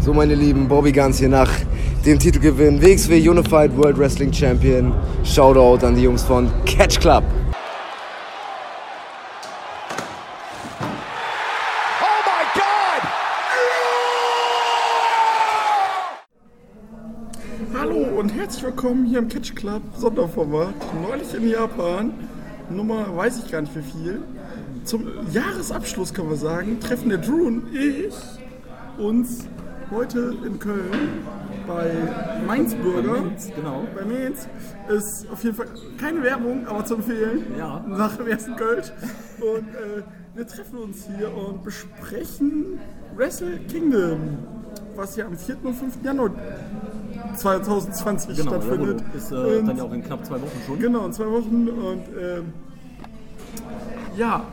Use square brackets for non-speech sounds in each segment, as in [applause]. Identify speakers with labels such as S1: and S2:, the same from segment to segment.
S1: So, meine Lieben, Bobby Guns hier nach dem Titelgewinn. WXW Unified World Wrestling Champion. Shoutout an die Jungs von Catch Club.
S2: Oh my God!
S3: Hallo und herzlich willkommen hier im Catch Club Sonderformat. Neulich in Japan, Nummer weiß ich gar nicht wie viel. Zum Jahresabschluss kann man sagen, treffen der Drew und ich uns heute in Köln bei Mainz Burger.
S4: Genau.
S3: Bei Mainz ist auf jeden Fall keine Werbung, aber zu empfehlen.
S4: Ja.
S3: Nach dem ersten Gold. Und äh, wir treffen uns hier und besprechen Wrestle Kingdom, was ja am 4. und 5. Januar 2020
S4: Genau,
S3: stattfindet.
S4: Revolut ist äh,
S3: und,
S4: dann ja auch in knapp zwei Wochen schon.
S3: Genau, in zwei Wochen. Und ähm, ja,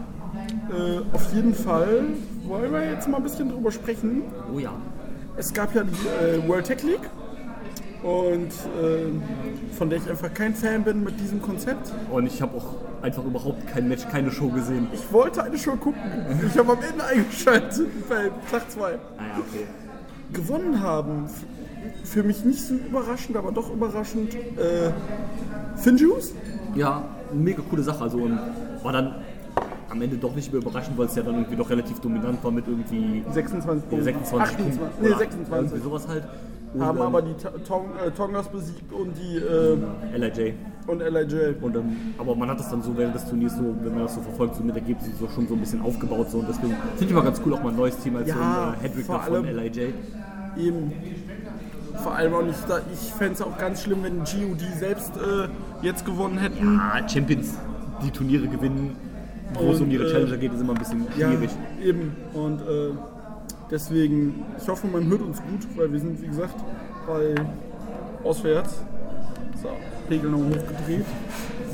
S3: äh, auf jeden Fall wollen wir jetzt mal ein bisschen drüber sprechen.
S4: Oh ja.
S3: Es gab ja die äh, World Tech League. Und ähm, von der ich einfach kein Fan bin mit diesem Konzept.
S4: Und ich habe auch einfach überhaupt kein Match, keine Show gesehen.
S3: Ich wollte eine Show gucken. Ich habe am Ende [laughs] eingeschaltet bei Tag 2.
S4: Naja, Ah okay.
S3: gewonnen haben, f- für mich nicht so überraschend, aber doch überraschend, äh, Finjuice?
S4: Ja, mega coole Sache. Also und war dann am Ende doch nicht mehr überraschend, weil es ja dann irgendwie doch relativ dominant war mit irgendwie
S3: 26 Punkte.
S4: 26 Punkten.
S3: 28, nee,
S4: oder
S3: 26.
S4: Irgendwie sowas halt. Und,
S3: Haben
S4: ähm,
S3: aber die Ta- Tong, äh, Tongas besiegt und die äh,
S4: LIJ.
S3: und LIJ.
S4: Und, ähm, aber man hat das dann so während des Turniers, so, wenn man das so verfolgt, so mit Ergebnissen so schon so ein bisschen aufgebaut. So. Und deswegen finde ich mal ganz cool, auch mal ein neues Team als
S3: Ja,
S4: so ein äh, Hedrick
S3: vor
S4: davon,
S3: allem-
S4: LIJ.
S3: Eben. Vor allem auch nicht, da, ich fände es auch ganz schlimm, wenn GOD selbst äh, jetzt gewonnen hätten.
S4: Ah, Champions, die Turniere gewinnen, wo es
S3: Und,
S4: um ihre
S3: äh,
S4: Challenger geht, ist immer ein bisschen
S3: Ja,
S4: schwierig.
S3: eben. Und äh, deswegen, ich hoffe, man hört uns gut, weil wir sind, wie gesagt, bei auswärts. So, Pegel noch hochgedreht.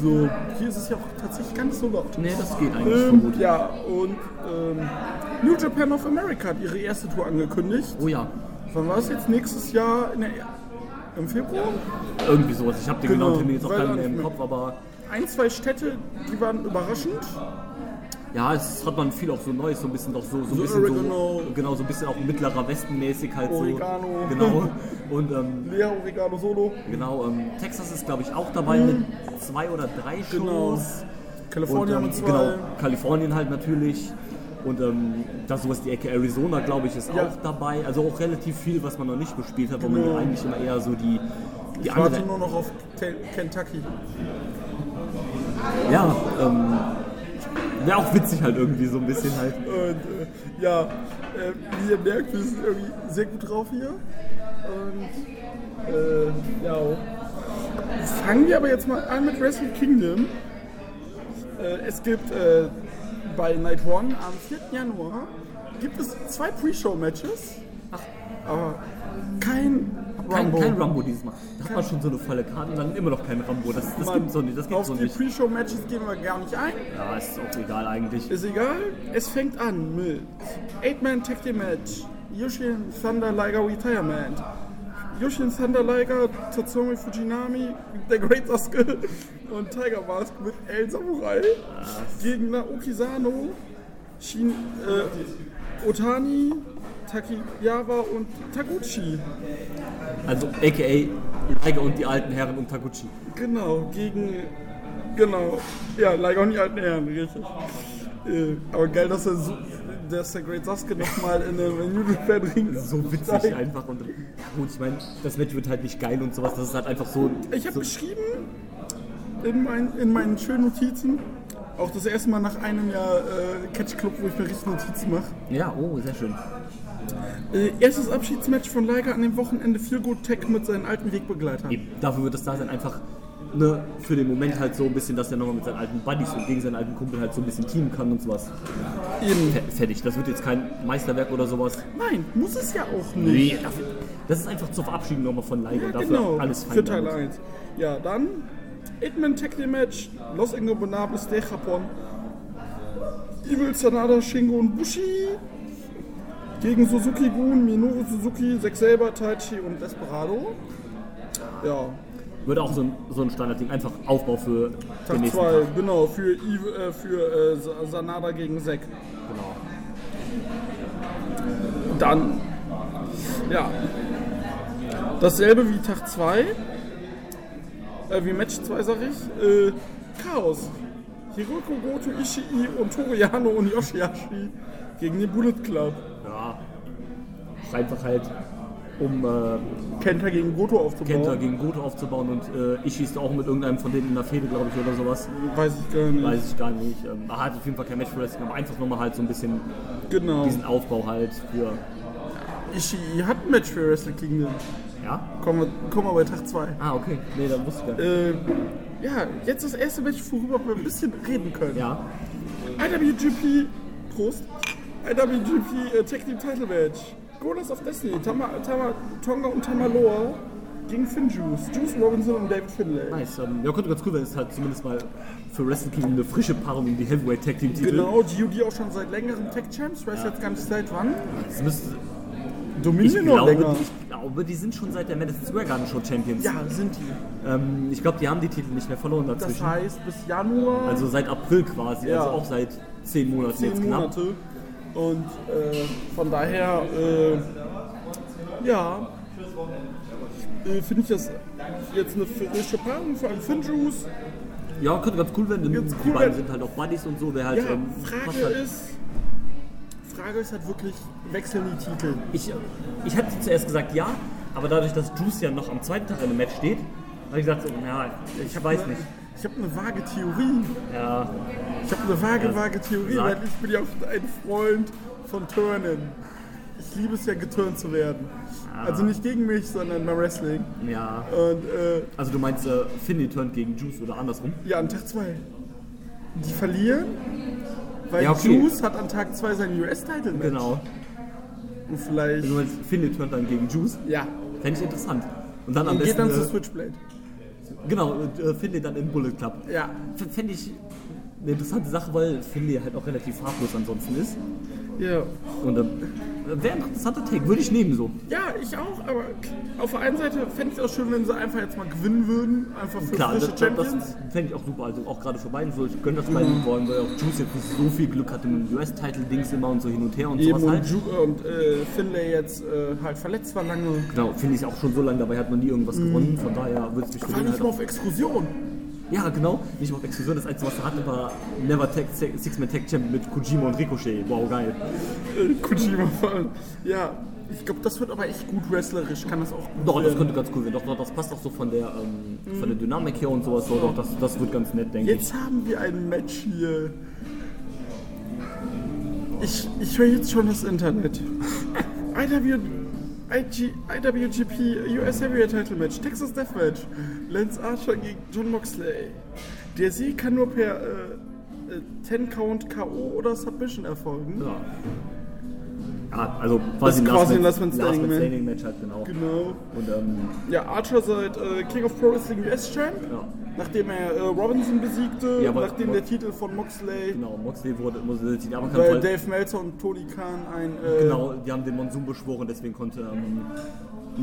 S3: So, hier ist es ja auch tatsächlich gar nicht so laut.
S4: Nee, das geht eigentlich schon
S3: Ähm,
S4: gut.
S3: ja, und ähm, New Japan of America hat ihre erste Tour angekündigt.
S4: Oh ja,
S3: Wann war es jetzt? Nächstes Jahr in der, im Februar?
S4: irgendwie sowas. Ich habe den genauen
S3: Genau,
S4: Termin jetzt auch
S3: weiß
S4: gar
S3: auch
S4: nicht mehr im
S3: nicht mehr.
S4: Kopf, aber
S3: Ein, zwei Städte, die waren überraschend.
S4: ja, es hat man viel auch so Neues, so ein bisschen doch so, so, ein
S3: So
S4: bisschen
S3: Oregano.
S4: so, genau, so ein bisschen auch mittlerer Westenmäßig halt
S3: Oregano.
S4: so.
S3: [laughs]
S4: Genau. Und ähm,
S3: Lea Oregano Solo.
S4: genau, ähm, Texas ist glaube ich auch dabei mit zwei oder drei Shows.
S3: Mhm. Genau.
S4: Und,
S3: Kalifornien
S4: ähm,
S3: mit zwei.
S4: genau, Kalifornien halt natürlich. Und ähm, da sowas die Ecke Arizona, glaube ich, ist
S3: Ja.
S4: auch dabei. Also auch relativ viel, was man noch nicht gespielt hat, wo man
S3: Genau.
S4: ja eigentlich immer eher so die, die
S3: Ich warte
S4: andere.
S3: nur noch auf Ken- Kentucky.
S4: Ja, ähm, wäre auch witzig halt irgendwie so ein bisschen halt.
S3: Und äh, ja, äh, wie ihr merkt, wir sind irgendwie sehr gut drauf hier. Und äh, ja. Fangen wir aber jetzt mal an mit Wrestle Kingdom. Äh, es gibt äh, bei Night One am 4. Januar gibt es zwei Pre-Show-Matches. Ach, aber kein Rumble.
S4: Kein, kein Rambo dieses Mal. Da hat man schon so eine volle Karte und dann immer noch kein Rambo. Das, das
S3: Mann,
S4: gibt's doch nicht. Das gibt's
S3: auf
S4: doch
S3: die
S4: nicht.
S3: Pre-Show-Matches gehen wir gar nicht ein.
S4: Ja, ist auch egal eigentlich.
S3: Ist egal, es fängt an mit 8-Man Tag Team Match, Yoshin Thunder Liger Retirement, Yoshin Thunder Liger, Tatsumi Fujinami, der Great Sasuke [laughs] und Tiger Mask mit El Samurai gegen Naoki Sano, Shin, äh, Otani, Takiyawa und Taguchi.
S4: Also aka Tiger und die alten Herren und Taguchi.
S3: Genau, gegen. Genau. Ja, like auch die alten Herren, richtig. Äh, aber geil, dass er so, dass der Great Sasuke nochmal in einem New Japan Ring
S4: So witzig
S3: steigt.
S4: einfach. Und ja gut, ich meine, das Match wird halt nicht geil und sowas. Das ist halt einfach so.
S3: Ich habe
S4: so,
S3: geschrieben in, mein, in meinen schönen Notizen, auch das erste Mal nach einem Jahr äh, Catch Club, wo ich mir richtig Notizen mache.
S4: Ja, oh, sehr schön.
S3: Äh, erstes Abschiedsmatch von Liger an dem Wochenende für Good Tech mit seinen alten Wegbegleitern.
S4: Eben, dafür wird das da sein, einfach ne, für den Moment halt so ein bisschen, dass er nochmal mit seinen alten Buddies und gegen seinen alten Kumpel halt so ein bisschen teamen kann und sowas.
S3: Eben.
S4: Fe- Fertig, das wird jetzt kein Meisterwerk oder sowas.
S3: Nein, muss es ja auch nicht.
S4: Nee, dafür, das ist einfach zur Verabschiedung nochmal von Leiger. Dafür alles fein.
S3: Genau, für Teil
S4: damit.
S3: 1. Ja, dann Edmund Tag Team Match, Los Ingobernables de Japón, Evil Sanada, Shingo und Bushi gegen Suzuki Gun, Minoru Suzuki, Zack Saber, Taichi und Desperado. Ja,
S4: Wird auch so ein, so ein Standardding, einfach Aufbau für den
S3: Tag
S4: nächsten
S3: 2,
S4: Tag.
S3: genau, für, Evil- äh, für äh, Sa- Sanada gegen Zack.
S4: Genau.
S3: Dann Ja. Dasselbe wie Tag 2. Äh, wie Match 2 sag ich. Äh, Chaos. Hiroko, Goto, Ishii und Toriyano und Yoshihashi gegen den Bullet Club.
S4: Ja. Ist Einfach halt, um äh,
S3: Kenta gegen Goto aufzubauen.
S4: Kenta gegen Goto aufzubauen und äh, ich schieße auch mit irgendeinem von denen in der Fehde, glaube ich, oder sowas.
S3: Weiß ich gar nicht.
S4: Weiß ich gar nicht. Ähm, er hat auf jeden Fall kein Match für Wrestling, aber einfach nochmal halt so ein bisschen
S3: Genau.
S4: diesen Aufbau halt für.
S3: Ishii hat ein Match für Wrestle Kingdom.
S4: Ja?
S3: Kommen wir, kommen wir bei Tag 2.
S4: Ah, okay. Nee, da wusste ich gar nicht.
S3: Äh, ja, jetzt das erste Match, worüber wir ein bisschen reden können.
S4: Ja.
S3: IWGP, Prost, IWGP äh, Tag Team Title Match. Gorillas of Destiny, Tama, Tama, Tonga und Tamaloa gegen Finn Juice, Juice Robinson und David Finlay.
S4: Nice. Ähm, ja, könnte ganz cool werden. Ist halt zumindest mal für Wrestling Kingdom eine frische Paarung um die Heavyweight Tag Team Titel.
S3: Genau, GUD auch schon seit längerem Tag Champs, weiß jetzt gar nicht seit wann.
S4: Das müsste, ich,
S3: Dominion noch länger.
S4: glaube, ich glaube, die sind schon seit der Madison Square Garden Show Champions.
S3: Ja, sind die.
S4: Ähm, ich glaube, die haben die Titel nicht mehr verloren
S3: Das
S4: dazwischen.
S3: heißt, bis Januar
S4: also seit April quasi,
S3: Ja.
S4: also auch seit zehn Monaten
S3: zehn
S4: jetzt knapp.
S3: Monate. Und äh, von daher, äh, ja, äh, finde ich das jetzt eine frische Paarung, vor allem Finn Juice.
S4: Ja, könnte ganz cool werden, denn
S3: Ganz
S4: die
S3: cool
S4: beiden
S3: werden.
S4: sind halt auch Buddies und so. Wer halt,
S3: Ja,
S4: ähm, passt
S3: Frage
S4: halt.
S3: ist, Frage ist halt wirklich, wechseln die Titel?
S4: Ich, ich hätte zuerst gesagt ja, aber dadurch, dass Juice ja noch am zweiten Tag in einem Match steht, habe ich gesagt, so, ja, ich, weiß nicht.
S3: Ich habe eine vage Theorie.
S4: Ja,
S3: Ich habe eine vage,
S4: Ja,
S3: vage Theorie,
S4: sag.
S3: weil ich bin ja auch ein Freund von Turnen. Ich liebe es ja, geturnt zu werden.
S4: Ah.
S3: Also nicht gegen mich, sondern beim Wrestling.
S4: ja.
S3: Und äh,
S4: Also du meinst, äh, Finney turnt gegen Juice oder andersrum?
S3: Ja, an Tag 2. Die verlieren, weil
S4: Ja, okay.
S3: Juice hat an Tag 2 seinen US-Title. mit.
S4: Genau.
S3: Und vielleicht.
S4: Du meinst, Finney turnt dann gegen Juice?
S3: Ja.
S4: Fände ich interessant. Und dann am
S3: Und geht
S4: besten.
S3: dann zu
S4: äh,
S3: Switchblade.
S4: genau, äh, Finney dann im Bullet Club.
S3: Ja.
S4: F- Fände ich eine interessante Sache, weil Finney halt auch relativ farblos ansonsten ist.
S3: Ja.
S4: Und ähm, wäre ein interessanter Take, würde ich nehmen so.
S3: Ja, ich auch, aber auf der einen Seite fände ich es auch schön, wenn sie einfach jetzt mal gewinnen würden. Einfach für
S4: Klar, das,
S3: frische
S4: das,
S3: Champions. Mhm.
S4: das fände ich auch super, also auch gerade für beiden so. Ich gönne das beiden vor allem, weil auch Juice jetzt nicht so viel Glück hatte mit dem US-Title-Dings immer und so hin und her und
S3: Eben
S4: sowas
S3: und,
S4: halt.
S3: Ju und äh, Finlay jetzt äh, halt verletzt war lange.
S4: Genau, finde ich auch schon so lange, dabei hat man nie irgendwas
S3: Mhm.
S4: gewonnen, von daher würde es mich für
S3: War
S4: den
S3: nicht
S4: halt
S3: mal
S4: auch
S3: auf Exkursion.
S4: Ja, genau. Nicht mal auf Exklusion. Das Einzige, was er hatte, war Never Tag, Six-Man Tag Champ mit Kojima und Ricochet. Wow, geil.
S3: Äh, Kojima fallen. Ja, ich glaube, das wird aber echt gut wrestlerisch. Kann das auch gut
S4: Doch, das
S3: werden.
S4: könnte ganz cool werden. Doch, doch das passt auch so von der, ähm, von der Dynamik her und sowas. Doch, doch das, das wird ganz nett, denke ich.
S3: Mhm. Jetzt haben wir ein Match hier. Ich, ich höre jetzt schon das Internet. [laughs] IW, IG, IWGP US Heavyweight Title Match, Texas Death Match, Lance Archer gegen John Moxley. Der Sieg kann nur per äh, äh, 10 Count KO oder Submission erfolgen.
S4: Ja. ja, also quasi
S3: ist quasi ein
S4: Last Man
S3: Last Man
S4: Last Man
S3: Standing
S4: Standing Match halt, genau.
S3: Genau.
S4: Und ähm,
S3: Ja, Archer seit äh, King of Pro Wrestling US Champ,
S4: Ja.
S3: nachdem er äh, Robinson besiegte,
S4: Ja, aber-
S3: nachdem der Titel von Moxley
S4: genau, Moxley wurde, muss die Dame kann
S3: bei
S4: voll,
S3: Dave Meltzer und Tony Khan ein äh,
S4: Genau, die haben den Monsun beschworen, deswegen konnte ähm,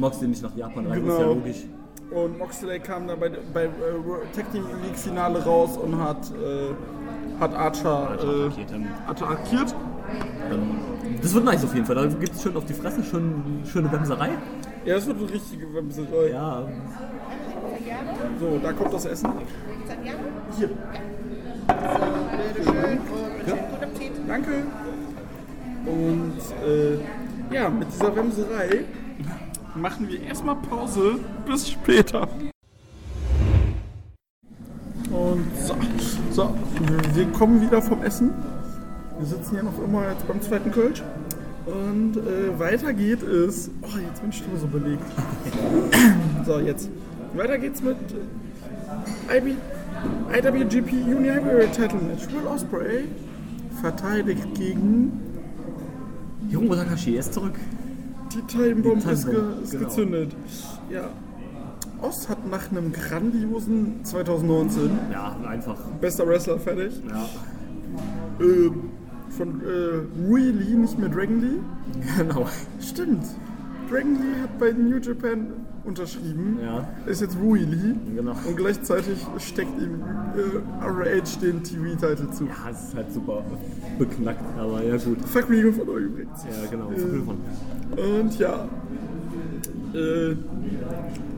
S4: Moxley nicht nach Japan rein. Ist ja
S3: Genau.
S4: logisch.
S3: Und Moxley kam dann bei, bei äh, World Tag Team League Finale raus und hat, äh, hat Archer,
S4: Archer
S3: äh,
S4: attackiert, ähm.
S3: attackiert.
S4: Das wird nice auf jeden Fall. Da gibt es schön auf die Fresse, schön, schöne Bremserei.
S3: Ja, das wird eine richtige Wemserei.
S4: Ja,
S3: äh, So, da kommt das Essen. Hier. Danke. Und äh, ja, mit dieser Wemserei machen wir erstmal Pause. Bis später. Und so, so, wir kommen wieder vom Essen. Wir sitzen ja noch immer jetzt beim zweiten Kölsch. Und äh, weiter geht es. Oh, jetzt bin ich schon so belegt. So, jetzt. Weiter geht's mit äh, IB, IWGP Junior Heavyweight äh, Title Match. Will Osprey verteidigt gegen
S4: Hiromu Takashi, er ist zurück.
S3: die Time Bomb
S4: Die
S3: ist, ge
S4: Time Bomb,
S3: ist
S4: genau.
S3: gezündet. Ja. Oz hat nach einem grandiosen 2019
S4: Ja, einfach.
S3: bester Wrestler fertig.
S4: Ja. [laughs]
S3: Ähm, von äh, Rui Lee, nicht mehr Dragon Lee.
S4: Genau.
S3: Stimmt. Dragon Lee hat bei New Japan unterschrieben.
S4: Ja.
S3: Ist jetzt Rui Lee.
S4: Genau.
S3: Und gleichzeitig steckt ihm äh, RH den TV-Titel zu.
S4: Ja, es ist halt super beknackt, aber ja gut.
S3: Fuck Regal von euch übrigens.
S4: Ja, genau. Äh.
S3: Und ja, äh,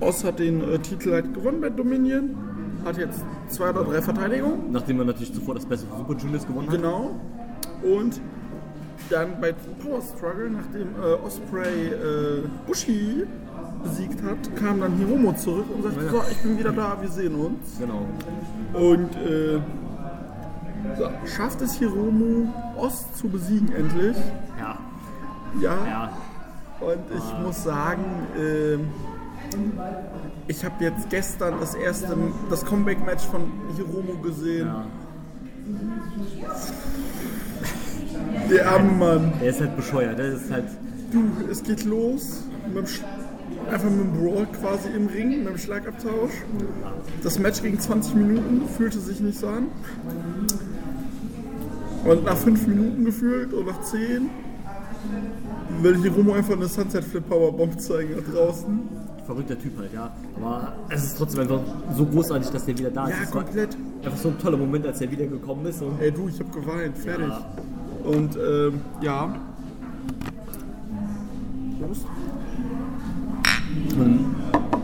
S3: Oz hat den äh, Titel halt gewonnen bei Dominion. Hat jetzt zwei oder drei Verteidigungen.
S4: Nachdem man natürlich zuvor das Beste für Super Juniors gewonnen hat.
S3: Genau. Und dann bei Power Struggle, nachdem äh, Osprey äh, Bushi besiegt hat, kam dann Hiromo zurück und sagte,
S4: Ja.
S3: so, ich bin wieder da, wir sehen uns.
S4: Genau.
S3: Und äh, so, schafft es Hiromo, Oz zu besiegen endlich.
S4: Ja.
S3: Ja.
S4: Ja.
S3: Und ich muss sagen, ähm, ich habe jetzt gestern das erste, das Comeback-Match von Hiromo gesehen.
S4: ja.
S3: Der arme Mann.
S4: Der ist halt bescheuert. Der ist halt.
S3: Du, es geht los. Mit dem Sch- einfach mit dem Brawl quasi im Ring, mit dem Schlagabtausch. Das Match ging 20 Minuten, fühlte sich nicht so an. Und nach 5 Minuten gefühlt oder nach 10 will Hiromo einfach eine Sunset Flip Powerbomb zeigen da draußen.
S4: verrückter Typ halt, ja. Aber es ist trotzdem einfach so großartig, dass der wieder da ist.
S3: Ja,
S4: Es war
S3: komplett.
S4: Einfach so ein toller Moment, als er wieder gekommen ist. Und
S3: Also Ey du, ich hab geweint, fertig.
S4: Ja.
S3: Und ähm, ja. Prost.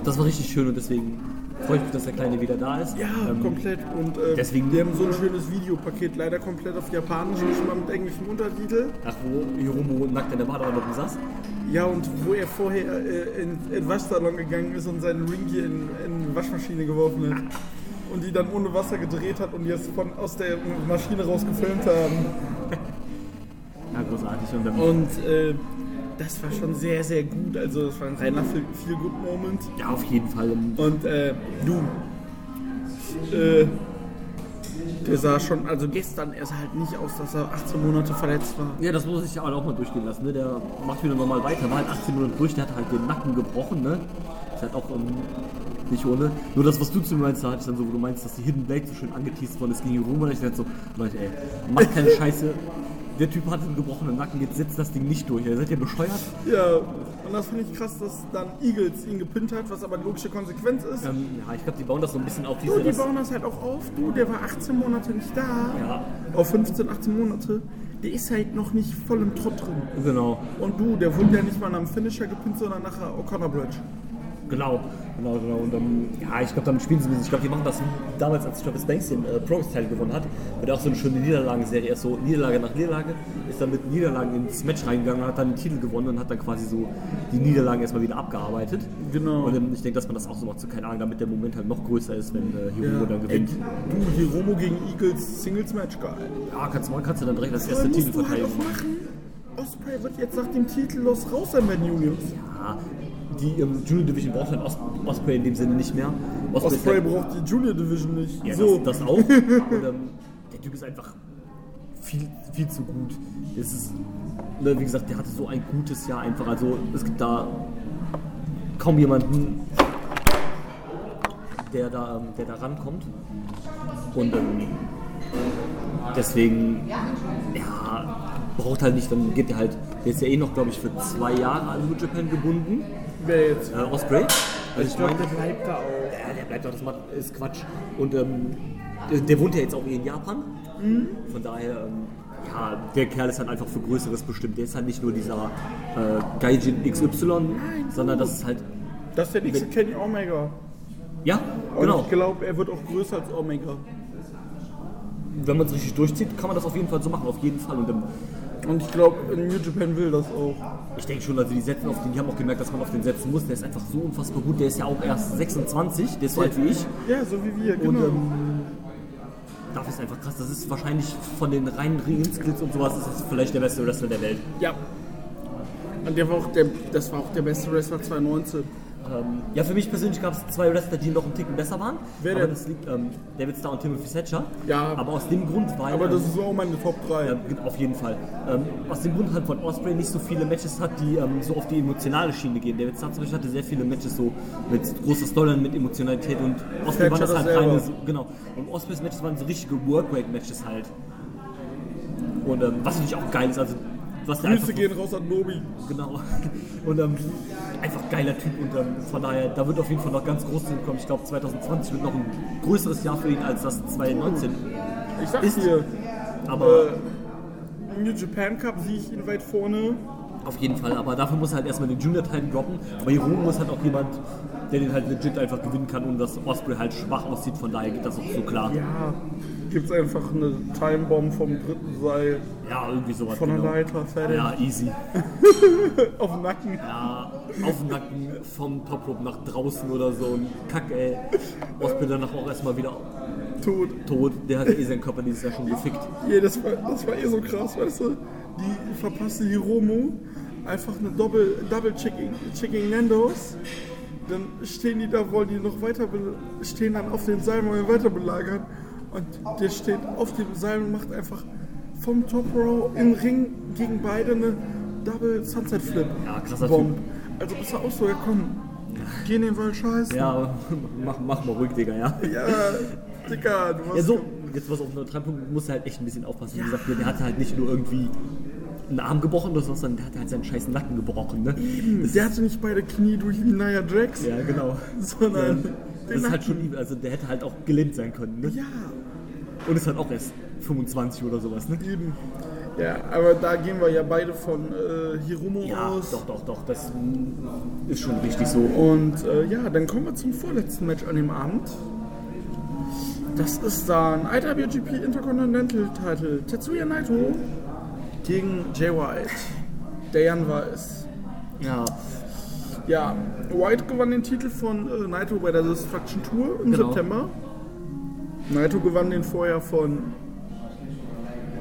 S4: das war richtig schön und deswegen freue ich mich, dass der Kleine wieder da ist.
S3: Ja,
S4: Ähm,
S3: komplett. Und ähm,
S4: deswegen-
S3: die haben so ein schönes Videopaket, leider komplett auf Japanisch, nicht mal mit englischem Untertitel.
S4: Nach wo Hiromo nackt in der Badewanne rumsaß.
S3: Ja, und wo er vorher äh, in in den Waschsalon gegangen ist und seinen Ring hier in, in die Waschmaschine geworfen hat. Und die dann ohne Wasser gedreht hat und die das von, aus der Maschine raus gefilmt haben.
S4: Ja, großartig. Und dann,
S3: Und äh, das war schon sehr, sehr gut. Also, das war ein reiner Feel-Good-Moment.
S4: ja, auf jeden Fall. Und
S3: Und äh, du, äh, der sah schon, also gestern, er sah halt nicht aus, dass er 18 Monate verletzt war.
S4: Ja, das muss ich ja auch mal durchgehen lassen. Ne? Der macht wieder normal weiter. War halt 18 Minuten durch, der hat halt den Nacken gebrochen. Ne? Ist halt auch ähm, nicht ohne. Nur das, was du zu mir meinst, da hatte ich dann so, wo du meinst, dass die Hidden Blade so schön angeteased worden ist gegen Roma. Ich dachte so, Leute, ey, macht keine Scheiße. Der Typ hat einen gebrochenen Nacken, jetzt setzt das Ding nicht durch. Ihr seid ja bescheuert.
S3: Ja, und das finde ich krass, dass dann Eagles ihn gepinnt hat, was aber eine logische Konsequenz ist.
S4: Ähm, ja, ich glaube, die bauen das so ein bisschen auf
S3: Du,
S4: diese.
S3: die
S4: das-
S3: bauen das halt auch auf. Du, der war 18 Monate nicht da.
S4: Ja.
S3: Auf 15, 18 Monate. Der ist halt noch nicht voll im Trott drin.
S4: genau,
S3: Und du, der wurde ja nicht mal nach dem Finisher gepinnt, sondern nach der O'Connor Bridge.
S4: genau, genau, genau. Und dann, ja, ich glaube, damit spielen sie ein bisschen. Ich glaube, die machen das wie damals, als Travis Banks den äh, Progress-Teil gewonnen hat. Wird auch so eine schöne Niederlagenserie. Erst so Niederlage nach Niederlage, ist dann mit Niederlagen ins Match reingegangen und hat dann den Titel gewonnen und hat dann quasi so die Niederlagen erstmal wieder abgearbeitet.
S3: Genau.
S4: Und ähm, ich denke, dass man das auch so macht, so keine Ahnung, damit der Moment halt noch größer ist, wenn äh, Hiromo dann
S3: Ey,
S4: gewinnt.
S3: du, Hiromo gegen Eagles Singles Match, geil.
S4: Ja, kannst du machen, kannst du dann direkt das
S3: Aber
S4: erste
S3: musst du halt
S4: Titelverteidigung
S3: auch machen. Osprey wird jetzt nach dem Titel los raus sein bei den Juniors.
S4: Ja, die ähm, Junior Division braucht halt Os Osprey in dem Sinne nicht mehr. Osprey, ist
S3: Osprey
S4: halt-
S3: braucht die Junior Division nicht.
S4: Ja,
S3: so.
S4: das, das auch. Aber ähm, der Typ ist einfach viel, viel zu gut. Es ist, ne, wie gesagt, der hatte so ein gutes Jahr einfach. Also es gibt da kaum jemanden, der da, ähm, der da rankommt. Und ähm, deswegen, ja, braucht halt nicht, dann geht er halt, der ist ja eh noch, glaube ich, für zwei Jahre an New Japan gebunden.
S3: Wer jetzt?
S4: Äh, Osprey. Also ich meine,
S3: bleibt da auch.
S4: ja, der bleibt doch, das macht, ist Quatsch. Und ähm, der, der wohnt ja jetzt auch eh in Japan.
S3: Mhm.
S4: Von daher, ähm, ja, der Kerl ist halt einfach für Größeres bestimmt. Der ist halt nicht nur dieser äh, Gaijin XY, sondern das ist halt.
S3: Das ist der nächste Kenny Omega.
S4: Ja,
S3: Und
S4: genau.
S3: ich glaube, er wird auch größer als Omega.
S4: Wenn man es richtig durchzieht, kann man das auf jeden Fall so machen, auf jeden Fall. Und ähm,
S3: Und ich glaube, New Japan will das auch.
S4: ich denke schon, also die setzen auf den, die haben auch gemerkt, dass man auf den setzen muss. Der ist einfach so unfassbar gut. Der ist ja auch erst 26, der ist so alt wie ich.
S3: Ja, so wie wir, genau.
S4: Dafür ist einfach krass. Das ist wahrscheinlich von den reinen Ring-Skills und sowas, ist das vielleicht der beste Wrestler der Welt.
S3: ja. Und der war auch der, das war auch der beste Wrestler 2019.
S4: Ähm, ja, für mich persönlich gab es zwei Wrestler, die noch einen Ticken besser waren.
S3: Wer
S4: aber
S3: denn?
S4: das liegt ähm, David Starr und Timothy Thatcher.
S3: Ja.
S4: Aber aus dem Grund, weil.
S3: Aber das
S4: ähm,
S3: ist auch meine Top 3.
S4: ja, gibt auf jeden Fall. Ähm, aus dem Grund halt von Osprey nicht so viele Matches hat, die ähm, so auf die emotionale Schiene gehen. David Starr zum Beispiel hatte sehr viele Matches so mit großer Storyline, mit Emotionalität und Osprey waren
S3: Thatcher
S4: das halt
S3: dasselbe.
S4: keine. So, genau. Und Ospreys Matches waren so richtige Workrate-Matches halt. Und ähm, was natürlich auch geil ist, also was der
S3: Grüße
S4: einfach-
S3: gehen raus an Nobi.
S4: Genau. [laughs] Und ähm, einfach geiler Typ und ähm, von daher, da wird auf jeden Fall noch ganz groß hinkommen. Ich glaube, 2020 wird noch ein größeres Jahr für ihn als das 2019.
S3: Ich sag
S4: Ist-
S3: dir, äh,
S4: Aber
S3: Im New Japan Cup sehe ich ihn weit vorne.
S4: Auf jeden Fall, aber dafür muss er halt erstmal den Junior-Title droppen. Aber hier oben muss halt auch jemand, der den halt legit einfach gewinnen kann, ohne dass Osprey halt schwach aussieht. Von daher geht das auch so klar. Ja,
S3: Ja, gibt's einfach eine Timebomb vom dritten Seil
S4: irgendwie sowas.
S3: von der Leiter fertig.
S4: Genau. Ja, easy.
S3: auf dem Nacken.
S4: Ja, auf dem Nacken, vom Top Rope nach draußen oder so. Und Kack, ey. Osprey danach auch erstmal wieder
S3: Tot.
S4: tot. Der hat eh seinen Körper dieses Jahr schon gefickt.
S3: Jedes Mal, das war eh so krass, weißt du? Die verpasste Hiromu einfach eine Doppel, Double Chicken, Chicken Nandos. Dann stehen die da, wollen die noch weiter, be- stehen dann auf den Seil, wollen ihn weiter belagern. Und der steht auf dem Seil und macht einfach vom Top Row im Ring gegen beide eine Double Sunset Flip.
S4: Ja, krasser
S3: Bomb.
S4: Typ.
S3: Also bist du auch so gekommen. Geh in den Wald scheißen.
S4: Ja, [laughs] mach, mach mal ruhig, Digga, ja.
S3: Ja, Dicker, du warst.
S4: Ja, so, jetzt was auf neutralen Punkt, muss halt echt ein bisschen aufpassen. Wie gesagt, der hatte halt nicht nur irgendwie einen Arm gebrochen oder so, sondern der hatte halt seinen scheiß Nacken gebrochen, ne?
S3: Der hatte nicht beide Knie durch wie Nia Jax.
S4: Ja, genau.
S3: Sondern den
S4: Das ist halt
S3: Nacken.
S4: schon, übel. also der hätte halt auch gelähmt sein können, ne?
S3: Ja,
S4: Und ist halt auch erst 25 oder sowas, ne?
S3: eben. Ja, aber da gehen wir ja beide von äh, Hiromo
S4: Ja,
S3: aus.
S4: doch, doch, doch, das mm, ist schon richtig so.
S3: Und äh, ja, dann kommen wir zum vorletzten Match an dem Abend. Das ist dann IWGP Intercontinental Title Tetsuya Naito gegen Jay White, der Jan Weiß.
S4: Ja,
S3: Ja, White gewann den Titel von äh, Naito bei der Destruction Tour im
S4: Genau.
S3: September. Naito gewann den vorher von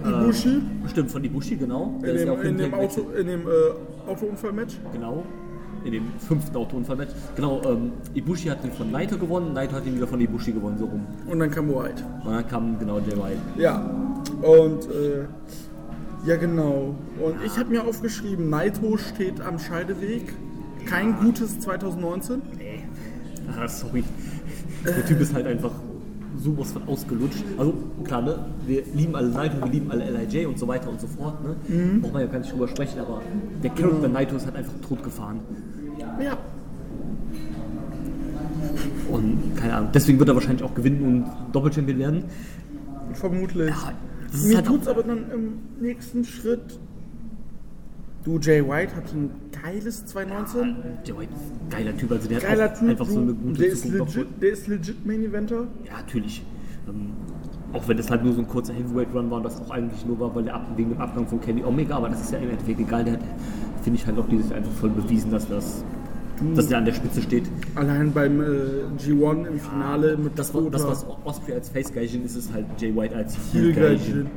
S3: Äh, Ibushi
S4: stimmt, von Ibushi, genau. Der
S3: in,
S4: ist ja
S3: dem,
S4: auch
S3: in, dem
S4: hinterher
S3: Auto, in dem äh, Autounfallmatch.
S4: Genau. In dem fünften Autounfallmatch. Genau, ähm, Ibushi hat den von Naito gewonnen, Naito hat ihn wieder von Ibushi gewonnen, so rum.
S3: Und dann kam White.
S4: Und dann kam genau Jay White.
S3: Ja. Und äh, ja genau. Und ich habe mir aufgeschrieben, Naito steht am Scheideweg. Kein gutes 2019.
S4: Nee. Ah, sorry. Der Typ ist halt einfach sowas von ausgelutscht. Also klar, ne? wir lieben alle Naito, wir lieben alle LIJ und so weiter und so fort. Ne?
S3: Mhm.
S4: Braucht man ja gar nicht drüber sprechen, aber der
S3: Genau.
S4: Charakter Naito ist halt einfach totgefahren.
S3: Ja.
S4: Und keine Ahnung, deswegen wird er wahrscheinlich auch gewinnen und Doppelchampion werden.
S3: Vermutlich.
S4: Ja, das ist
S3: Ah, Mir
S4: halt
S3: tut's
S4: auch,
S3: aber dann im nächsten Schritt. Du, Jay White hat ein geiles 2019.
S4: der White ist ein geiler Typ, also der
S3: Geiler
S4: hat auch
S3: Typ.
S4: einfach so
S3: du.
S4: eine gute
S3: der, ist
S4: Zukunft. obwohl-
S3: legit, der ist legit Main Eventer.
S4: Ja, natürlich. Ähm, auch wenn das halt nur so ein kurzer Heavyweight-Run war und das auch eigentlich nur war, weil der ab, wegen dem Abgang von Kenny Omega, aber das ist ja im Endeffekt egal, der hat, finde ich halt auch dieses Jahr einfach voll bewiesen, dass das dass er an der Spitze steht.
S3: Allein beim äh, G1 im Finale mit
S4: Das, wa- das
S3: Dakota.
S4: was Osprey als face gaijin ist, ist halt Jay White als heel
S3: viel
S4: gaijin
S3: Gaijin.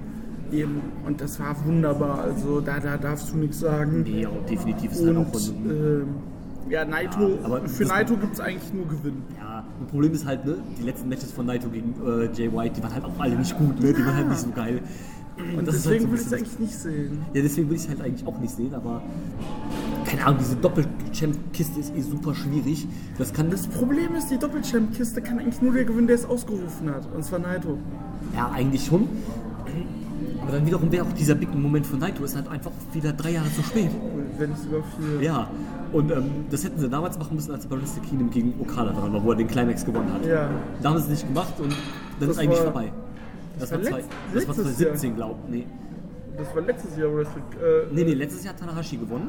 S3: Eben, und das war wunderbar. Also da, da darfst du nichts sagen.
S4: Nee, auch definitiv ist halt auch
S3: Und
S4: von,
S3: ähm, ja, Naito,
S4: Ja, aber
S3: für
S4: das-
S3: Naito gibt es eigentlich nur Gewinn.
S4: Ja, das Problem ist halt, ne, die letzten Matches von Naito gegen äh, Jay White, die waren halt auch alle nicht gut, ne, die waren halt nicht so geil.
S3: Und
S4: das ist halt so
S3: deswegen
S4: ein
S3: will ich es
S4: bisschen-
S3: eigentlich nicht sehen.
S4: Ja, deswegen will ich es halt eigentlich auch nicht sehen, aber keine Ahnung, diese Doppel-Champ-Kiste ist eh super schwierig. Das kann das.
S3: Problem ist, die Doppelchamp-Kiste kann eigentlich nur der gewinnen, der es ausgerufen hat. Und zwar Naito.
S4: Ja, eigentlich schon. Aber dann wiederum wäre auch dieser big Moment von Naito ist halt einfach wieder drei Jahre zu spät.
S3: Wenn nicht sogar vier.
S4: Ja, und ähm, das hätten sie damals machen müssen, als Barista Kingdom gegen Okada dran war, wo er den Climax gewonnen hat.
S3: Ja.
S4: Da haben sie es nicht gemacht und dann
S3: Das
S4: ist eigentlich
S3: war-
S4: vorbei. Das,
S3: war
S4: war, zwei,
S3: letzt-
S4: das war
S3: letztes
S4: 2017, glaube ich. Nee.
S3: Das war letztes Jahr Wrestle äh,
S4: nee, nee, letztes Jahr hat Tanahashi gewonnen.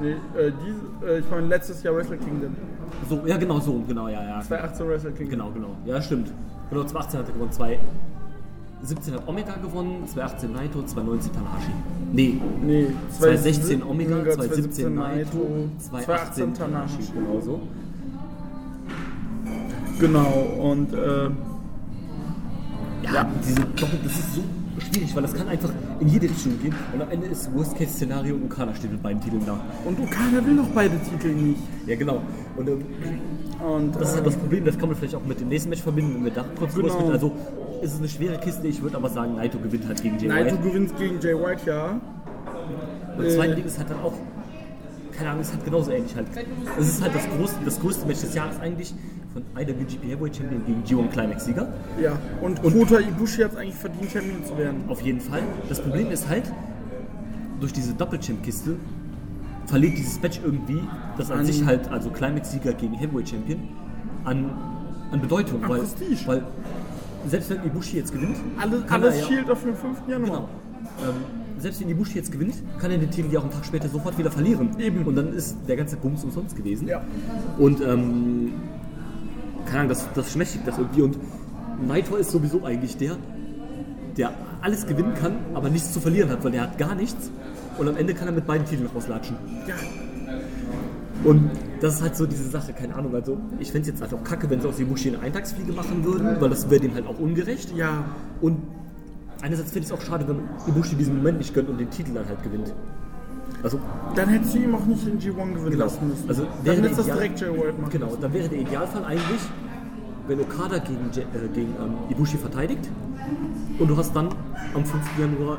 S3: nee, äh, diese, äh, ich meine letztes Jahr Wrestle Kingdom.
S4: So, ja, genau, so, genau, ja, ja.
S3: 2018 Wrestle Kingdom.
S4: Genau, genau. Ja, stimmt. Genau, 2018 hat er gewonnen. 2017 hat Omega gewonnen, 2018 Naito, 2019 Tanahashi. Nee,
S3: Nee,
S4: 2016 Genau. Omega, 2017
S3: 2017
S4: Naito, 2018 Tanahashi. Genau so.
S3: Genau, und äh,
S4: Ja, diese Doppel, das ist so schwierig, weil das kann einfach in jede Richtung gehen. Und am Ende ist Worst-Case-Szenario und Okada steht mit beiden Titeln da.
S3: und Okada will noch beide Titel nicht.
S4: Ja, genau. Und ähm,
S3: Und
S4: das ist
S3: äh,
S4: halt das Problem, das kann man vielleicht auch mit dem nächsten Match verbinden, wenn wir da kurz drüber
S3: Genau.
S4: sprechen. Also, es ist eine schwere Kiste. Ich würde aber sagen, Naito gewinnt halt gegen Jay
S3: Naito
S4: White.
S3: gewinnt gegen Jay White, ja.
S4: Und
S3: Äh.
S4: zweite Ding ist halt dann auch, keine Ahnung, ist halt genauso ähnlich halt. Es ist halt das größte, das größte Match des Jahres eigentlich von IWGP Heavyweight Champion gegen G1 Climax Sieger.
S3: Ja, und, Kota Ibushi hat es eigentlich verdient, Champion zu werden.
S4: Auf jeden Fall. Das Problem ist halt, durch diese Doppelchamp-Kiste verliert dieses Match irgendwie, das an,
S3: An-
S4: sich halt, also Climax-Sieger gegen Heavyweight Champion, an, an Bedeutung.
S3: An
S4: weil,
S3: Prestige.
S4: weil selbst wenn Ibushi jetzt gewinnt,
S3: Alle,
S4: kann
S3: alles
S4: er ja,
S3: Shield auf den 5. Januar.
S4: Genau. Ähm, selbst wenn Ibushi jetzt gewinnt, kann er den Titel ja auch einen Tag später sofort wieder verlieren.
S3: Eben.
S4: Und dann ist der ganze Bums umsonst gewesen.
S3: Ja.
S4: Und ähm, keine Ahnung, das, das schmächtigt das irgendwie. Und Naito ist sowieso eigentlich der, der alles gewinnen kann, aber nichts zu verlieren hat, weil der hat gar nichts. Und am Ende kann er mit beiden Titeln rauslatschen.
S3: Ja.
S4: Und das ist halt so diese Sache, keine Ahnung. Also, ich fände es jetzt halt auch kacke, wenn sie aus Ibushi eine Eintagsfliege machen würden, weil das wäre dem halt auch ungerecht.
S3: Ja.
S4: Und einerseits finde ich es auch schade, wenn Ibushi diesen Moment nicht gönnt und den Titel dann halt gewinnt. Also,
S3: Dann hättest du ihm auch nicht in G1 gewinnen
S4: Genau.
S3: lassen müssen.
S4: Also
S3: dann
S4: wäre der
S3: hättest du das
S4: Ideal-
S3: direkt J-World machen
S4: Genau, dann wäre der Idealfall eigentlich, wenn Okada gegen, Je- äh, gegen ähm, Ibushi verteidigt und du hast dann am 5. Januar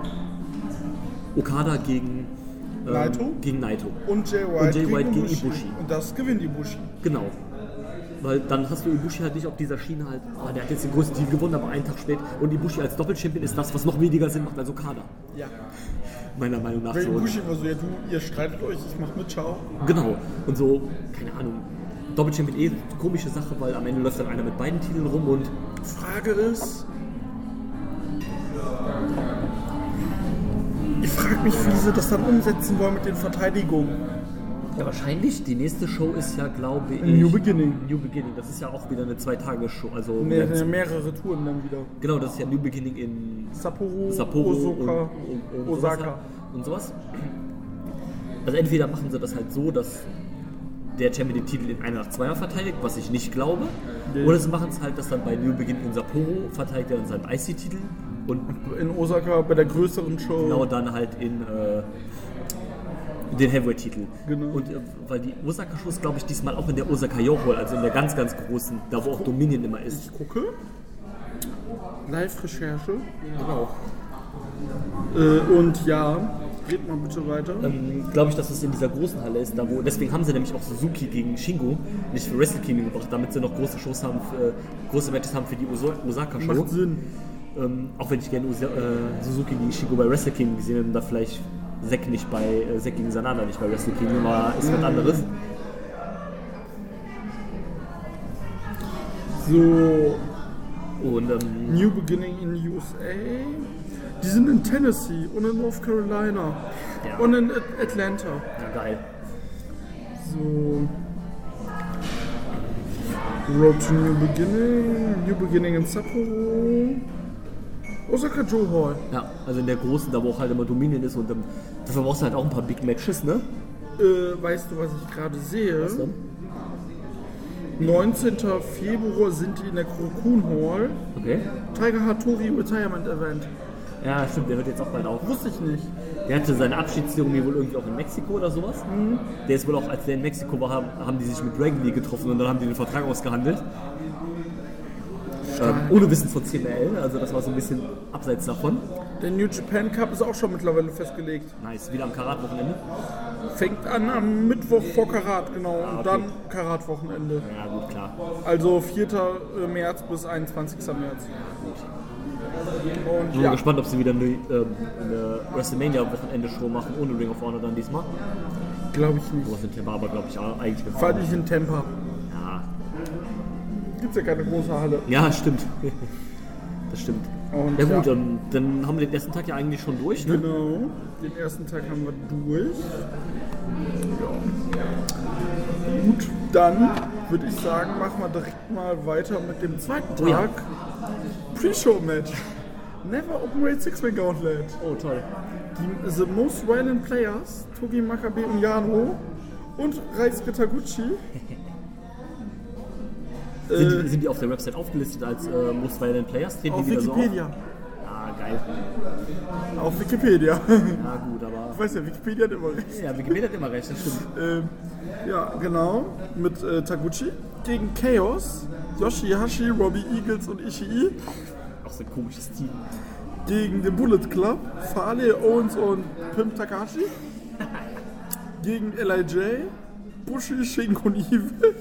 S4: Okada gegen, ähm,
S3: Naito?
S4: gegen Naito.
S3: Und Jay White,
S4: Und Jay White gegen
S3: gegen Ibushi.
S4: Ibushi.
S3: Und das gewinnt Ibushi.
S4: Genau. Weil dann hast du Ibushi halt nicht auf dieser Schiene halt, ah, der hat jetzt den größten Titel gewonnen, aber einen Tag spät. Und Ibushi als Doppelchampion ist das, was noch weniger Sinn macht als Okada.
S3: Ja.
S4: Meiner Meinung nach.
S3: Weil
S4: so.
S3: Ibushi war so, ja, du, ihr streitet euch, ich mach mit, ciao.
S4: Genau. Und so, keine Ahnung. Doppelchampion eh komische Sache, weil am Ende läuft dann einer mit beiden Titeln rum und
S3: Frage ist. Ich frage mich, wie sie das dann umsetzen wollen mit den Verteidigungen.
S4: Ja, wahrscheinlich. Die nächste Show ist ja, glaube ich.
S3: New Beginning.
S4: New Beginning. Das ist ja auch wieder eine Zwei-Tage-Show. Also,
S3: Mehrere,
S4: wieder-
S3: mehrere Touren dann wieder.
S4: genau, das ist ja New Beginning in
S3: Sapporo,
S4: Sapporo,
S3: Osaka,
S4: und, und, und
S3: Osaka.
S4: Sowas halt- und sowas. Also, entweder machen sie das halt so, dass der Champion den Titel in einer nach zweier verteidigt, was ich nicht glaube. Oder sie machen es halt, dass dann bei New Beginning in Sapporo verteidigt er dann seinen IC-Titel und
S3: In Osaka bei der größeren Show.
S4: genau dann halt in äh, den Heavyweight-Titel.
S3: Genau.
S4: Und äh, weil die Osaka-Show ist, glaube ich, diesmal auch in der Osaka Yohol, also in der ganz, ganz großen, da wo auch Dominion immer ist.
S3: Ich gucke. Live-Recherche.
S4: Genau.
S3: Äh, und ja, red mal bitte weiter.
S4: Ähm, glaube ich, dass es in dieser großen Halle ist, da wo, deswegen haben sie nämlich auch Suzuki gegen Shingo nicht für Wrestle Kingdom gebracht, damit sie noch große Shows haben, für, große Matches haben für die Oso- Osaka-Show.
S3: Macht Sinn.
S4: Ähm, auch wenn ich gerne Usa äh, Suzuki gegen Shingo bei Wrestle Kingdom gesehen hätte und da vielleicht Zack nicht bei äh, Zack gegen Sanada nicht bei Wrestle Kingdom war, ist was anderes.
S3: So,
S4: Und ähm,
S3: New Beginning in USA. Die sind in Tennessee und in North Carolina
S4: Ja.
S3: und in At- Atlanta.
S4: ja, geil.
S3: So. Road to New Beginning, New Beginning in Sapporo, Osaka Joe Hall.
S4: Ja, also in der großen, da wo auch halt immer Dominion ist und ähm, dafür brauchst du halt auch ein paar Big Matches, ne?
S3: Äh, weißt du, was ich gerade sehe?
S4: So.
S3: 19. Februar sind die in der Krokun Hall.
S4: Okay.
S3: Tiger Hattori Retirement Event.
S4: Ja, stimmt, der hört jetzt auch bald auf.
S3: Wusste ich nicht.
S4: Der hatte seine Abschiedszeremonie wohl irgendwie auch in Mexiko oder sowas.
S3: Mhm.
S4: Der ist wohl auch, als der in Mexiko war, haben, haben die sich mit Dragon Lee getroffen und dann haben die den Vertrag ausgehandelt. Ähm, ohne Wissen von CML, also das war so ein bisschen abseits davon.
S3: Der New Japan Cup ist auch schon mittlerweile festgelegt.
S4: Nice, wieder am Karat-Wochenende.
S3: Fängt an am Mittwoch vor Karat, genau.
S4: Ah,
S3: Und
S4: okay.
S3: dann Karat-Wochenende.
S4: Ja, gut, klar.
S3: Also 4. März bis 21. März.
S4: Ich
S3: Und
S4: bin mal
S3: ja,
S4: gespannt, ob sie wieder eine, ähm, eine WrestleMania-Wochenende-Show machen, ohne Ring of Honor dann diesmal.
S3: glaube ich nicht.
S4: Sowas in Temper, aber glaube ich auch eigentlich
S3: Vor allem nicht in Tampa.
S4: Ja,
S3: Gibt's ja keine große Halle.
S4: Ja, stimmt. [laughs] Das stimmt.
S3: Und
S4: ja gut,
S3: ja.
S4: ähm, dann haben wir den ersten Tag ja eigentlich schon durch, ne?
S3: Genau. Den ersten Tag haben wir durch. Ja. Gut, dann würde ich sagen, machen wir direkt mal weiter mit dem zweiten
S4: Oh ja.
S3: Tag. Pre-Show-Match. Never Open Rate Six-Man Gauntlet.
S4: Oh, toll.
S3: Die, the Most Violent Players, Togi Makabe und Yano und Reisuke Taguchi.
S4: Sind,
S3: Äh,
S4: die, sind die auf der Website aufgelistet als äh, Most Violent Players? Treten
S3: auf
S4: die wieder
S3: Wikipedia.
S4: so auf? Ah, geil.
S3: Auf Wikipedia. [laughs]
S4: Ja, gut, aber...
S3: Ich weiß ja, Wikipedia hat immer recht.
S4: Ja, Wikipedia hat immer recht, das stimmt.
S3: Ähm, ja, genau. Mit äh, Taguchi gegen Chaos, Yoshihashi, Robbie Eagles und Ishii.
S4: Auch so ein komisches Team.
S3: Gegen den Bullet Club, Fale, Owens und Pimp Takashi. Gegen LIJ, Bushi, Shingo und Evil.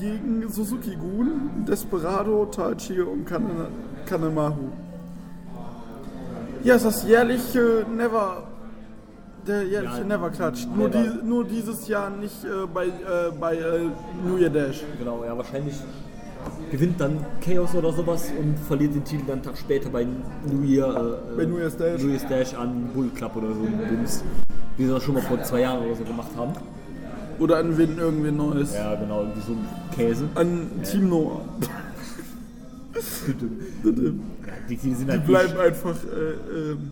S3: Gegen Suzuki Gun, Desperado, Taichi und Kane- Kanemaru. Ja, es ist das jährliche Never. Der jährliche
S4: Ja,
S3: Never Klatsch. Nur,
S4: Never.
S3: die, nur dieses Jahr nicht äh, bei, äh, bei äh, New Year Dash.
S4: Genau, ja, wahrscheinlich gewinnt dann Chaos oder sowas und verliert den Titel dann einen Tag später bei New Year, äh,
S3: Bei New Year's Dash.
S4: New Year's Dash an Bull Club oder so. Bums. Wie sie das schon mal vor zwei Jahren oder so gemacht haben.
S3: Oder an wen irgendwie Neues.
S4: Ja, genau, irgendwie so ein
S3: [laughs]
S4: Käse.
S3: An Team Noah.
S4: Die, die sind
S3: Die
S4: halt
S3: bleiben einfach, äh, ähm,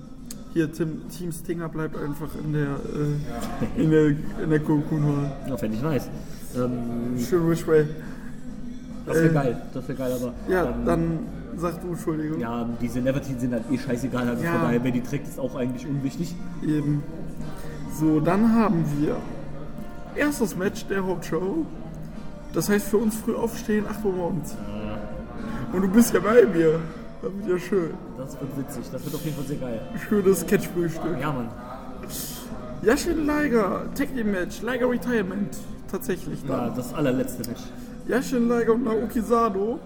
S3: hier Tim, Team Stinger bleibt einfach in der, äh, in der, in der Cocoon
S4: Ja, fände ich nice. Ähm,
S3: Schön Wishway.
S4: das wäre
S3: Äh,
S4: geil, das wäre geil, aber.
S3: Ja,
S4: ähm,
S3: dann sag du Entschuldigung.
S4: Ja, diese Neverteen sind halt eh scheißegal, also
S3: Ja.
S4: von daher, wer die trägt, ist auch eigentlich unwichtig.
S3: Eben. So, dann haben wir erstes Match der Hauptshow. Das heißt für uns früh aufstehen, 8 Uhr morgens. Und du bist ja bei mir. Das wird ja schön.
S4: Das wird witzig, das wird auf jeden Fall sehr geil.
S3: Schönes Catch-Frühstück.
S4: Ja, Mann.
S3: Yashin Liger, Tag Team Match, Liger Retirement. Tatsächlich
S4: Ja,
S3: dann.
S4: das allerletzte Match.
S3: Yashin Liger und Naoki Sado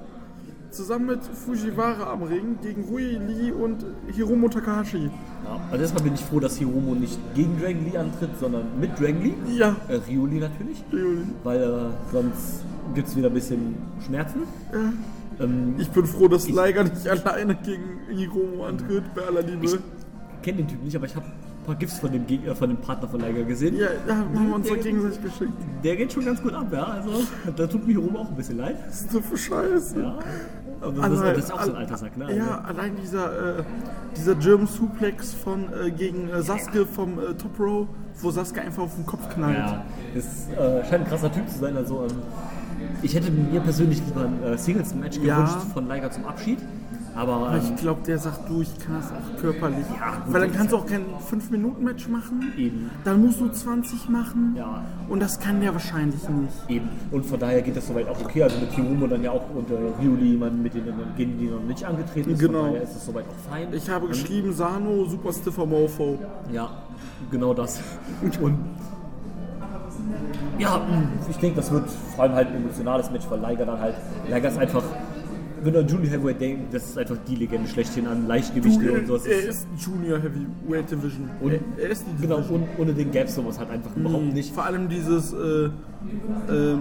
S3: zusammen mit Fujiwara am Ring gegen Rui Lee und Hiromo Takahashi.
S4: Ja, aber deshalb bin ich froh, dass Hiromo nicht gegen Dragon Lee antritt, sondern mit Dragon Lee.
S3: Ja,
S4: Äh, Rioli natürlich.
S3: Juli.
S4: Weil äh, sonst gibt es wieder ein bisschen Schmerzen. Ähm,
S3: ich bin froh, dass Liger nicht alleine gegen Hiromo antritt, bei aller Liebe.
S4: ich kenne den Typ nicht, aber ich habe ein paar GIFs von dem, Geg- äh, von dem Partner von Liger gesehen.
S3: Ja, da haben wir uns doch gegenseitig geschickt.
S4: Der geht schon ganz gut ab, ja. Also, da tut mir Hiromo auch ein bisschen leid.
S3: Das ist so für Scheiße.
S4: Ja. Aber das,
S3: Also,
S4: das ist auch so ein
S3: al-
S4: alter Sack, ne? Also,
S3: Ja, allein dieser, äh, dieser German Suplex von, äh, gegen äh, Sasuke vom äh, Top Row, wo Sasuke einfach auf den Kopf knallt.
S4: Ja, ist, äh, scheint ein krasser Typ zu sein. Also, ähm, ich hätte mir persönlich lieber ein äh, Singles-Match
S3: Ja.
S4: gewünscht von Liger zum Abschied. Aber
S3: Aber
S4: ähm,
S3: Ich glaube, der sagt, du, ich kann das auch körperlich.
S4: Ja, gut,
S3: Weil dann
S4: das
S3: kannst du auch kein 5-Minuten-Match machen.
S4: Eben.
S3: Dann musst du 20 machen.
S4: Ja.
S3: Und das kann der wahrscheinlich nicht.
S4: eben. Und von daher geht das soweit auch okay. Also mit Hiromo dann ja auch unter Rioli jemanden, mit dem dann gegen die noch nicht angetreten ist.
S3: Genau.
S4: Von daher ist das soweit auch fein.
S3: Ich habe geschrieben, Sano, super stiffer Mofo.
S4: Ja, genau das. Und ja, mh, ich denke, das wird vor allem halt ein emotionales Match, weil Liger dann halt, Liger ist einfach, wenn du an Junior Heavyweight denkst, das ist einfach die Legende schlechthin an Leichtgewichte und sowas.
S3: er ist Junior Heavyweight Division.
S4: Und-
S3: er, er ist die Division. Mhm.
S4: Genau, ohne, ohne den gäbe es sowas halt einfach überhaupt nicht.
S3: Vor allem dieses äh, äh,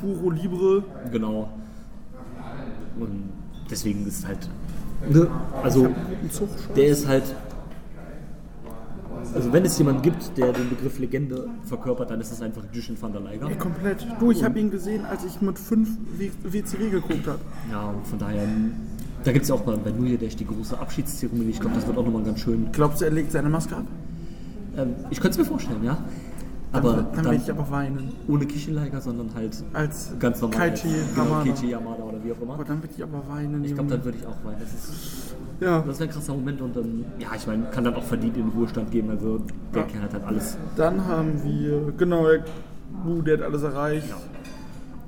S3: Puro Libre.
S4: Genau. Und deswegen ist halt. Ne? Also, der ist halt. Also, wenn es jemanden gibt, der den Begriff Legende verkörpert, dann ist das einfach Jushin van der Liger.
S3: Komplett. Du, ich habe ihn gesehen, als ich mit 5 WCW geguckt habe.
S4: Ja, und von daher. Da gibt es ja auch bei, bei New Year Dash die große Abschiedszeremonie. Ich glaube, das wird auch nochmal ganz schön.
S3: Glaubst du, er legt seine Maske ab?
S4: Ähm, ich könnte es mir vorstellen, ja. Aber
S3: dann,
S4: dann,
S3: werde ich aber weinen.
S4: ohne Kishileiger, sondern halt
S3: Als
S4: ganz normal.
S3: Kaichi
S4: genau,
S3: Hamada.
S4: Keiichi Yamada oder wie auch immer.
S3: Aber dann werde ich aber weinen.
S4: Ich glaube,
S3: Junge.
S4: dann würde ich auch weinen. Das ist
S3: ja.
S4: Das wäre ein krasser Moment und dann, ja, ich meine, kann dann auch verdient in den Ruhestand gehen. Also der
S3: Ja.
S4: Kerl hat halt alles.
S3: Dann haben wir, genau, er, uh, der hat alles erreicht.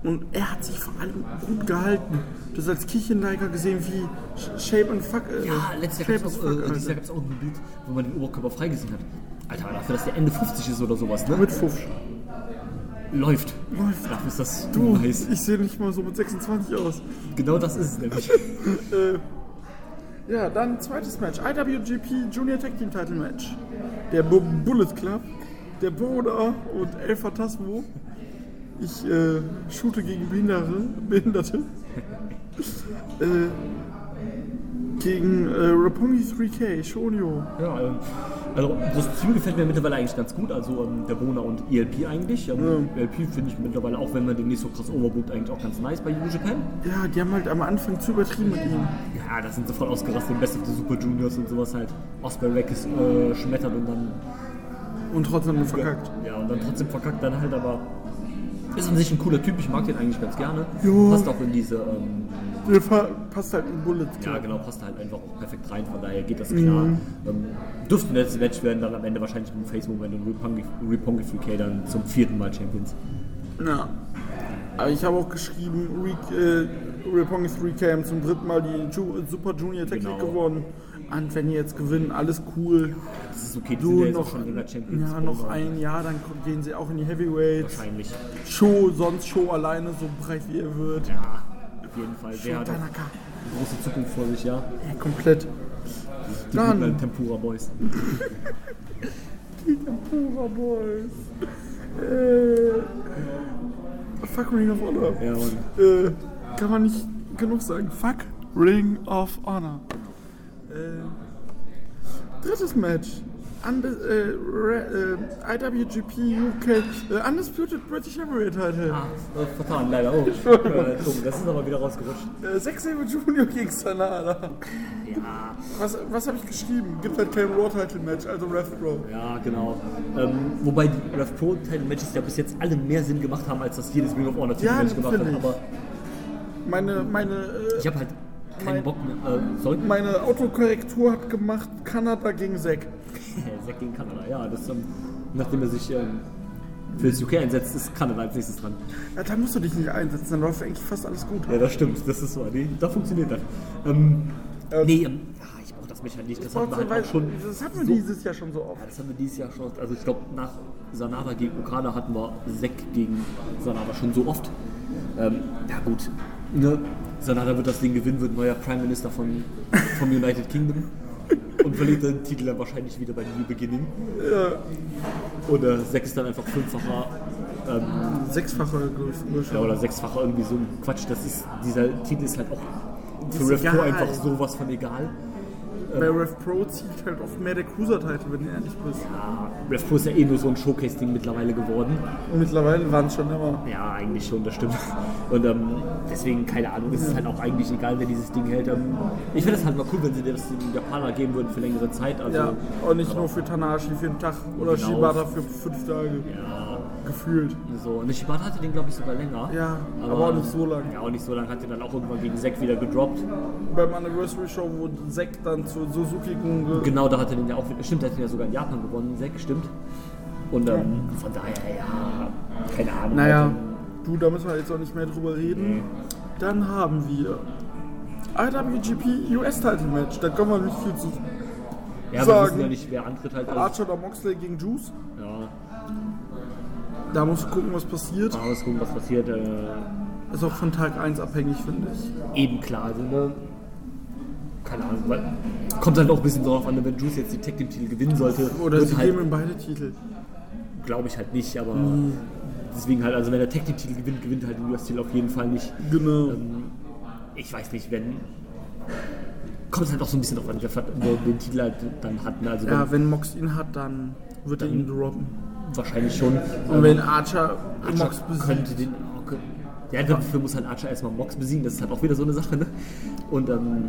S3: Und er hat sich vor allem gut gehalten. Du hast als Kirchenleiger gesehen, wie Sh- Shape and Fuck. Äh,
S4: Ja, letztes Jahr
S3: Shape
S4: gab es
S3: as
S4: auch,
S3: Fuck,
S4: äh, dieses
S3: Alter.
S4: Jahr gab's auch ein Bild, wo man den Oberkörper freigesehen hat. Alter, dafür, dass der Ende 50 ist oder sowas, ne?
S3: Mit Fuff.
S4: Läuft.
S3: Läuft.
S4: Dafür ist das
S3: Du,
S4: nice.
S3: ich sehe nicht mal so mit 26 aus.
S4: Genau das ist es nämlich.
S3: Ja, dann zweites Match. IWGP Junior Tag Team Title Match. Der Bu Bullet Club, der Boda und El Fantasmo. Ich äh, shoote gegen Behinderte. [laughs] Behinderte. äh, gegen äh, Rapongi 3K, Shonyo.
S4: ja, ähm, also das Team gefällt mir mittlerweile eigentlich ganz gut. Also ähm, der Bona und ELP eigentlich. Ähm, ELP finde ich mittlerweile, auch wenn man den nicht so krass overbookt, eigentlich auch ganz nice bei New Japan.
S3: Ja, die haben halt am Anfang zu übertrieben mit ihm.
S4: Ja, das sind so voll ausgerastet, Best of the Super Juniors und sowas halt. Oscar Reckes äh, schmettert und dann
S3: Und trotzdem haben wir verkackt.
S4: Ja, und dann trotzdem verkackt dann halt, aber ist an sich ein cooler Typ, ich mag den eigentlich ganz gerne.
S3: Jo.
S4: Passt auch in diese, ähm,
S3: Der ver- passt halt in Bullet Club.
S4: ja genau, passt halt einfach auch perfekt rein, von daher geht das klar.
S3: Mhm.
S4: Ähm, dürfte ein letztes Match werden, dann am Ende wahrscheinlich mit dem Face-Moment und Ripongi- Ripongi 3K dann zum vierten Mal Champions.
S3: Ja. Aber ich habe auch geschrieben, Re- äh, Repong 3K haben zum dritten Mal die Ju Super Junior Technik
S4: Genau.
S3: gewonnen. Und wenn die jetzt gewinnen, alles cool.
S4: Das ist okay, die sind
S3: Du
S4: ja jetzt auch
S3: noch,
S4: schon in der Champions.
S3: ja, noch
S4: Runde.
S3: ein Jahr, dann ko- gehen sie auch in die Heavyweights.
S4: Wahrscheinlich,
S3: Show, sonst Show alleine, so breit wie er wird.
S4: ja, auf jeden Fall. Der hat auch eine
S3: Tanaka.
S4: große Zukunft vor sich, ja.
S3: Ja, komplett.
S4: Die
S3: Dann-
S4: guten Tempura Boys.
S3: Purer Boys. Äh, fuck Ring of Honor.
S4: Ja, Mann.
S3: Äh, kann man nicht genug sagen. Fuck Ring of Honor. Äh, drittes Match. Unde äh, Re äh, IWGP UK äh, Undisputed British Heavyweight Title.
S4: Ah, äh, vertan, leider.
S3: [laughs]
S4: Oh, äh, dumm, das ist aber wieder rausgerutscht.
S3: Äh, Zack Sabre Junior [laughs] gegen Sanada. Ja. Was, was habe ich geschrieben? Gibt halt kein Raw Title Match, also Ref Bro.
S4: Ja, genau. Ähm, wobei die Rev Pro Title Matches ja bis jetzt alle mehr Sinn gemacht haben, als das jedes Ring of Honor Title
S3: Ja,
S4: Match gemacht hat.
S3: natürlich.
S4: Aber
S3: Meine, meine,
S4: ich
S3: äh,
S4: habe halt keinen
S3: Mein-
S4: Bock mehr. Äh, sorry?
S3: meine Autokorrektur hat gemacht Kanada gegen Zack.
S4: Zack gegen Kanada. Ja, das, ähm, nachdem er sich ähm, für das UK einsetzt, ist Kanada als nächstes dran.
S3: Ja, Äh, da musst du dich nicht einsetzen, dann läuft eigentlich fast alles gut.
S4: Ja, das stimmt. Das ist so. Nee, da funktioniert das. Ähm, nee, ähm, ah, ich brauche das Match halt nicht. Das hatten wir halt auch schon.
S3: das hatten wir
S4: so-
S3: dieses Jahr schon so oft.
S4: Ja, das haben wir dieses Jahr schon. Also ich glaube, nach Sanada gegen Okada hatten wir Sek gegen Sanada schon so oft. Ähm, ja gut, ne? Sanada wird das Ding gewinnen, wird neuer Prime Minister von, vom United Kingdom und verliert den Titel dann wahrscheinlich wieder bei New Beginning. Oder Sek ist dann einfach fünffacher ähm,
S3: Sechsfache
S4: ja, oder sechsfacher irgendwie so ein Quatsch. Das ist, dieser Titel ist halt auch für
S3: Ist
S4: Refco
S3: egal.
S4: einfach sowas von egal.
S3: Bei Rev Pro zieht halt oft mehr der Cruiser-Titel, wenn du ehrlich bist.
S4: Ah, Refco ist ja eh nur so ein Showcase-Ding mittlerweile geworden.
S3: Mittlerweile waren es schon immer.
S4: Ja, eigentlich schon, das stimmt. Und ähm, deswegen, keine Ahnung, es ist halt auch eigentlich egal, wer dieses Ding hält. Ähm, ich finde das halt mal cool, wenn sie das dem Japaner geben würden für längere Zeit. Also,
S3: Ja, und nicht nur für Tanahashi für einen Tag oder
S4: Genau.
S3: Shibata für fünf Tage. Gefühlt.
S4: So, und Shibata hatte den, glaube ich, sogar länger.
S3: Ja, aber auch nicht so lang.
S4: Ja, auch nicht so lang. Hat den dann auch irgendwann gegen Zack wieder gedroppt.
S3: Beim Anniversary Show, wo Zack dann zu Suzuki Gun ge
S4: Genau, da hat er den ja auch, stimmt, da hat den ja sogar in Japan gewonnen, Zack, stimmt. Und ähm, von daher, ja, keine Ahnung.
S3: Naja,
S4: Also,
S3: du, da müssen wir jetzt auch nicht mehr drüber reden. Dann haben wir IWGP US Title Match. Da können wir nicht viel zu
S4: ja, wir
S3: sagen.
S4: wissen ja nicht, wer antritt halt. Also,
S3: Archer oder Moxley gegen Juice.
S4: ja,
S3: Da musst du gucken, was passiert.
S4: mal gucken, was passiert. Äh,
S3: Ist Also auch von Tag 1 abhängig, finde ich.
S4: eben klar sind. Ne? Keine Ahnung, weil kommt halt auch ein bisschen drauf an, wenn Juice jetzt die Tag Team Titel gewinnen sollte,
S3: Oder
S4: wird
S3: sie
S4: halt,
S3: geben Mhm. ihm beide Titel.
S4: glaube ich halt nicht, aber deswegen halt, also wenn der Tag Team Titel gewinnt, gewinnt halt den US Titel auf jeden Fall nicht.
S3: Genau.
S4: Ich weiß nicht, wenn kommt es halt auch so ein bisschen drauf an, wer ver- wer den Titel halt dann hat, ne? also
S3: ja,
S4: dann
S3: wenn Mox ihn hat, dann wird er ihn droppen.
S4: wahrscheinlich schon.
S3: Und wenn Archer,
S4: Archer
S3: Mox besiegt.
S4: könnte den. Okay. Ja, dafür muss halt Archer erstmal Mox besiegen, das ist halt auch wieder so eine Sache, ne? Und ähm,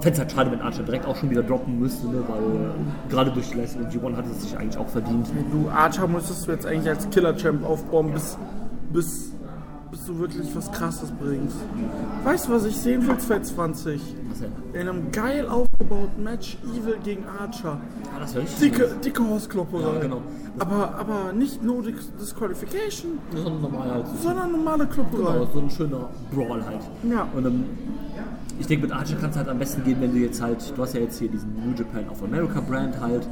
S4: fände es halt schade, wenn Archer direkt auch schon wieder droppen müsste, ne? Weil äh, gerade durch die Leistung in G1 hat es sich eigentlich auch verdient.
S3: Du, Archer müsstest du jetzt eigentlich als Killer-Champ aufbauen, bis, bis, bis du wirklich was Krasses bringst. Weißt du, was ich sehen will, 2020?
S4: Was denn?
S3: In einem geil aufgebauten Match Evil gegen Archer.
S4: Ah, das wäre richtig.
S3: Dicke, dicke Horskloppe.
S4: Ja, genau.
S3: Aber, aber nicht no dis Disqualification,
S4: Das ist so ein normaler halt. So,
S3: sondern normale Klopperei.
S4: genau, so ein schöner Brawl halt.
S3: Ja.
S4: Und ähm, ich denke, mit Archer kannst du halt am besten gehen, wenn du jetzt halt, du hast ja jetzt hier diesen New Japan of America Brand halt.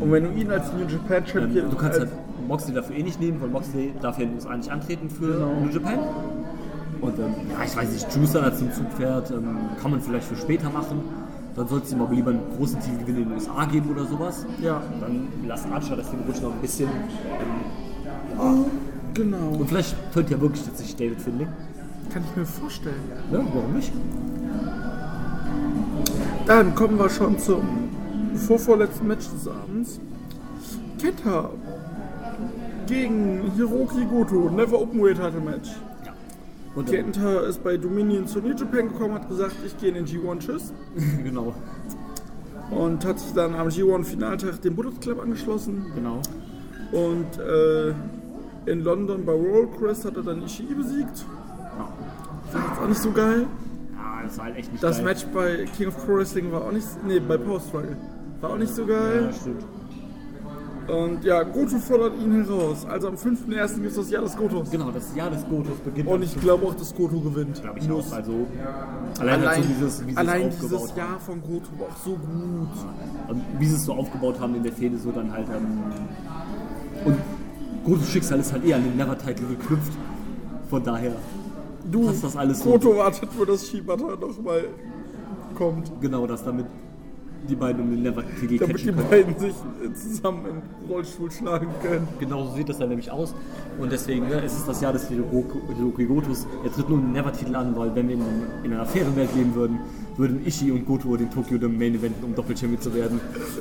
S3: Und wenn du ihn als New Japan
S4: Ähm,
S3: Champion.
S4: du kannst
S3: als,
S4: halt Moxley dafür eh nicht nehmen, weil Moxley darf ja in den USA nicht antreten für
S3: Genau.
S4: New Japan. Und ähm, ja, ich weiß nicht, Juice dann als zum Zug fährt, ähm, kann man vielleicht für später machen. Dann sollst du ihm aber lieber einen großen Titelgewinn in den USA geben oder sowas.
S3: Ja.
S4: Dann lass Archer das Ding ruhig noch ein bisschen.
S3: Genau.
S4: Und vielleicht tönt ja wirklich tatsächlich David Finlay.
S3: Kann ich mir vorstellen.
S4: Ne? Warum nicht? [laughs]
S3: Dann kommen wir schon zum vorvorletzten Match des Abends. Kenta gegen Hiroki Goto, Never Openweight Title Match.
S4: Ja. Und ähm,
S3: Kenta ist bei Dominion zu New Japan gekommen, hat gesagt, ich gehe in den G1, tschüss.
S4: genau.
S3: Und hat sich dann am G1-Finaltag dem Bullet Club angeschlossen.
S4: Genau.
S3: Und äh, in London bei Roll Crest hat er dann Ishii besiegt.
S4: Ja.
S3: War jetzt auch nicht so geil.
S4: ja, das war halt echt nicht
S3: Das
S4: geil.
S3: Match bei King of Pro Wrestling war auch nicht, nee, bei Power Struggle war auch nicht so geil.
S4: Ja, stimmt.
S3: Und ja, Goto fordert ihn heraus. Also am 5.1. gibt es das Jahr des Gotos.
S4: Genau, das Jahr des Gotos beginnt.
S3: Und ich glaube auch, dass Goto gewinnt.
S4: glaube Genau. ich auch.
S3: Muss.
S4: Also, allein, halt so dieses, wie sie
S3: allein
S4: es aufgebaut
S3: dieses Jahr von Goto war auch so gut.
S4: Ähm, wie sie es so aufgebaut haben in der Fehde, so dann halt. Ähm, und großes Schicksal ist halt eher an den Never-Title geknüpft. Von daher,
S3: Du,
S4: Passt das alles so?
S3: Goto wartet nur, dass Shibata nochmal kommt.
S4: genau das damit. die beiden um den Never-Titel
S3: damit die
S4: catchen können.
S3: beiden sich äh, zusammen im Rollstuhl schlagen können.
S4: Genau so sieht das dann nämlich aus. Und deswegen ne, ist es das Jahr des Hiroki Gotos. Er tritt nur den Never-Titel an, weil wenn wir in, in einer fairen Welt leben würden, würden Ishii und Goto den Tokyo Dome Main eventen, um Doppelchampion zu werden.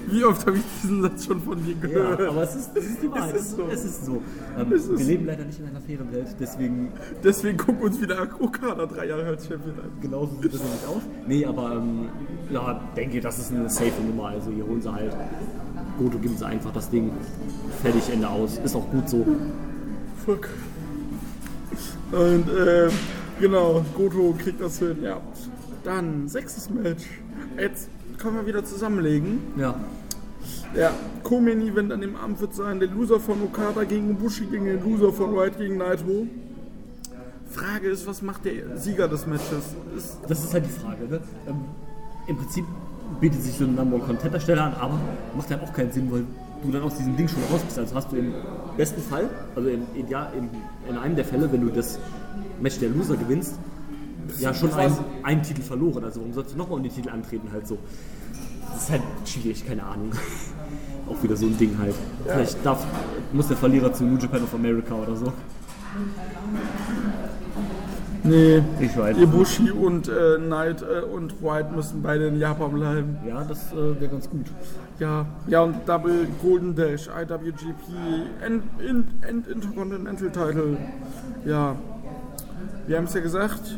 S3: Wie oft habe ich diesen Satz schon von dir
S4: Ja,
S3: gehört?
S4: aber es ist, es ist die Wahrheit.
S3: Es ist so.
S4: Es ist so. Ähm,
S3: Es ist
S4: wir
S3: so.
S4: leben leider nicht in einer fairen Welt, deswegen
S3: Deswegen gucken uns wieder Okada drei Jahre als Champion an.
S4: genauso sieht das nämlich aus. Nee, aber ähm, ja, denke, das ist eine safe Nummer. Also hier holen sie halt. Goto geben sie einfach das Ding. Fertig, Ende aus. Ist auch gut so.
S3: Fuck. Und ähm, genau, Goto kriegt das hin, ja. Dann, sechstes Match. Jetzt können wir wieder zusammenlegen.
S4: Ja.
S3: Der Co-Main-Event an dem Abend wird sein, der Loser von Okada gegen Bushi gegen den Loser von White gegen Naito. Frage ist, was macht der Sieger des Matches? Ist,
S4: Das ist halt die Frage. Ne? Ähm, Im Prinzip bietet sich so ein Number One Contender Stelle an, aber macht dann auch keinen Sinn, weil du dann aus diesem Ding schon raus bist. Also hast du im besten Fall, also im, im, ja, im, in einem der Fälle, wenn du das Match der Loser gewinnst, ja schon einen, einen Titel verloren. Also warum sollst du nochmal um den Titel antreten halt so? Das ist halt schwierig, keine Ahnung. [laughs] auch wieder so ein Ding halt. Vielleicht darf, muss der Verlierer zu New Japan of America oder so.
S3: nee,
S4: Ich weiß.
S3: Ibushi und äh, Knight äh, und White müssen beide in Japan bleiben.
S4: Ja, das äh, wäre ganz gut.
S3: Ja, ja und Double Golden Dash, IWGP, End, in, End Intercontinental Title. Ja, wir haben es ja gesagt.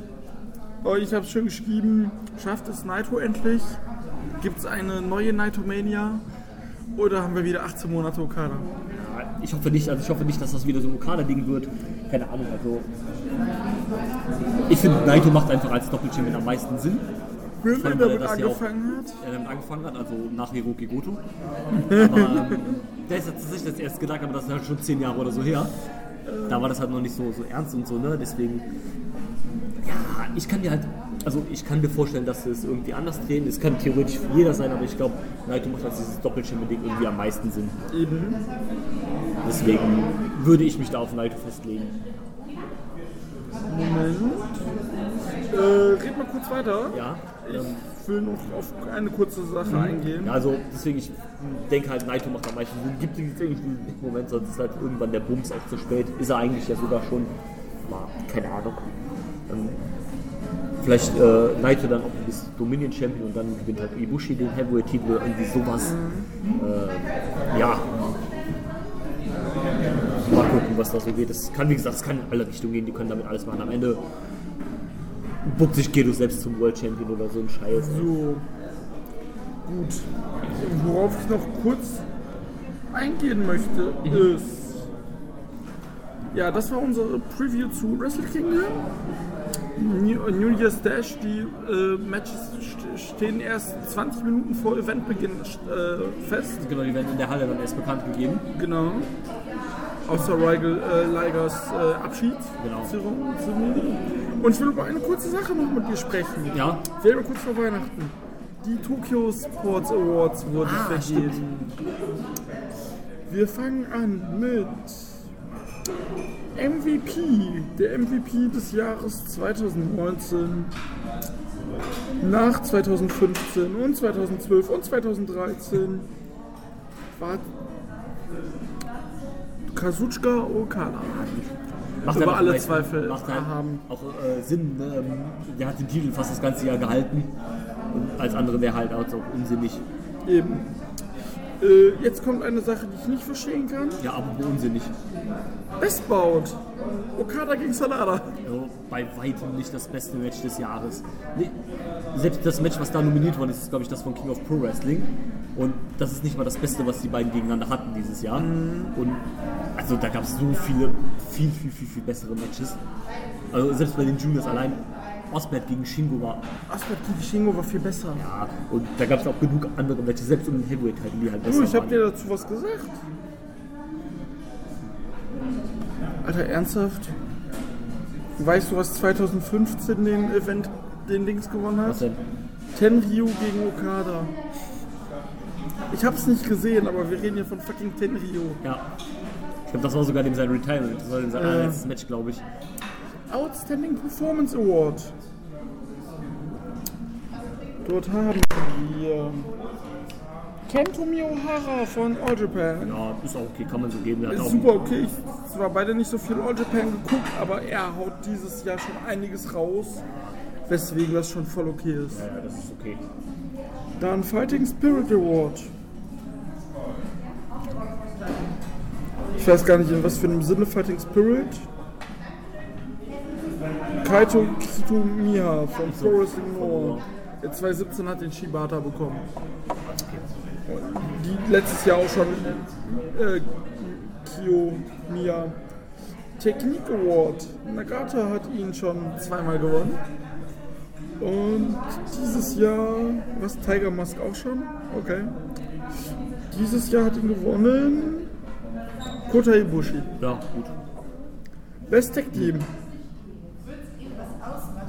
S3: Oh, ich habe es schön geschrieben. Schafft es Naito endlich? Gibt es eine neue Naito Mania? Oder haben wir wieder 18 Monate Okada?
S4: Ich hoffe nicht, also ich hoffe nicht, dass das wieder so ein Okada-Ding wird. Keine Ahnung, also. Ich finde, Naito macht einfach als Doppelchampion am meisten Sinn.
S3: Wenn
S4: Vor
S3: er
S4: allem, weil er
S3: damit
S4: das ja auch-
S3: angefangen hat.
S4: Er damit angefangen hat, also nach Hiroki Goto. Aber ähm, der ist jetzt tatsächlich das erste Gedanke, aber das ist halt schon zehn Jahre oder so her. Da war das halt noch nicht so, so ernst und so, ne? Deswegen. Ja, ich kann mir halt. Also ich kann mir vorstellen, dass sie es irgendwie anders drehen. Es kann theoretisch jeder sein, aber ich glaube, Naito macht als dieses Doppelchampion-Ding irgendwie am meisten Sinn.
S3: Eben.
S4: Deswegen würde ich mich da auf Naito festlegen.
S3: Moment. Äh, red mal kurz weiter.
S4: Ja. Ähm,
S3: Ich will noch auf eine kurze Sache eingehen.
S4: ja, also deswegen, ich denke halt, Naito macht am meisten Sinn. Gibt ihm jetzt irgendwie einen Moment, sonst ist halt irgendwann der Bums auch zu spät. Ist er eigentlich ja sogar schon. Aber keine Ahnung. Ähm, vielleicht äh, Naito dann auch bis Dominion Champion und dann gewinnt halt Ibushi den Heavyweight-Titel oder irgendwie sowas. Äh, ja. Mal gucken, was da so geht. Das kann, wie gesagt, das kann in alle Richtungen gehen. Die können damit alles machen. Am Ende buckt sich Gedo selbst zum World Champion oder so ein Scheiß. ey.
S3: So. Also, Gut. Worauf ich noch kurz eingehen möchte, ist. Ja, das war unsere Preview zu Wrestle Kingdom. New, äh, New Year's Dash, die äh, Matches st- stehen erst 20 Minuten vor Eventbeginn äh, fest.
S4: Genau, die werden in der Halle dann erst bekannt gegeben.
S3: Genau. Außer Rigel äh, Ligers äh, Abschied.
S4: Genau.
S3: Zero- Zero- Und ich will über eine kurze Sache noch mit dir sprechen.
S4: Ja.
S3: Wäre kurz vor Weihnachten. Die Tokyo Sports Awards wurden vergeben. Wir fangen an mit MVP, der MVP des Jahres 2019. Nach 2015 und 2012 und 2013 war Kazuchika Okada.
S4: Macht
S3: Über
S4: auch
S3: alle
S4: vielleicht-
S3: Zweifel
S4: macht halt
S3: erhaben.
S4: auch äh, Sinn. Ne? Ähm, Der hat den Titel fast das ganze Jahr gehalten. Und als andere wäre halt auch so unsinnig.
S3: Eben. Äh, jetzt kommt eine Sache, die ich nicht verstehen kann.
S4: Ja, aber unsinnig.
S3: Westbound. Okada gegen Salada.
S4: Also bei weitem nicht das beste Match des Jahres. Nee, selbst das Match, was da nominiert worden ist, ist glaube ich das von King of Pro Wrestling. Und das ist nicht mal das Beste, was die beiden gegeneinander hatten dieses Jahr.
S3: Mhm.
S4: Und also da gab es so viele, viel, viel, viel, viel bessere Matches. Also selbst bei den Juniors allein, Osbert gegen Shingo war
S3: Asper Kikishingo war viel besser.
S4: Ja, und da gab es auch genug andere Matches, selbst um den Heavyweight halt, die halt besser
S3: Du, ich hab
S4: waren.
S3: dir dazu was gesagt. Alter, ernsthaft? Weißt du, was 2015 den Event, den Dings gewonnen
S4: Was
S3: hat?
S4: denn?
S3: Tenryu gegen Okada. Ich hab's nicht gesehen, aber wir reden hier von fucking Tenryu.
S4: Ja. Ich glaube, das war sogar dem sein Retirement. Das war dem sein allerletztes Match, glaube ich.
S3: Outstanding Performance Award. Dort haben wir Kentomi O'Hara von All Japan.
S4: Ja, ist auch okay, kann man so geben. Der hat
S3: Ist
S4: auch-
S3: super okay. Ich zwar beide nicht so viel All Japan geguckt, aber er haut dieses Jahr schon einiges raus, weswegen das schon voll okay ist.
S4: Ja, das ist okay.
S3: Dann Fighting Spirit Award. Ich weiß gar nicht, in was für einem Sinne Fighting Spirit. Kaito Kitumiya von
S4: so,
S3: Pro Wrestling
S4: von
S3: Noah.
S4: Noah.
S3: Der 2017 hat den Shibata bekommen. Die letztes Jahr auch schon äh, Kiyomiya. Technik Award. Nagata hat ihn schon zweimal gewonnen. Und dieses Jahr, was Tiger Mask auch schon? Okay. Dieses Jahr hat ihn gewonnen Kota Ibushi.
S4: Ja, gut.
S3: Best Tech Team.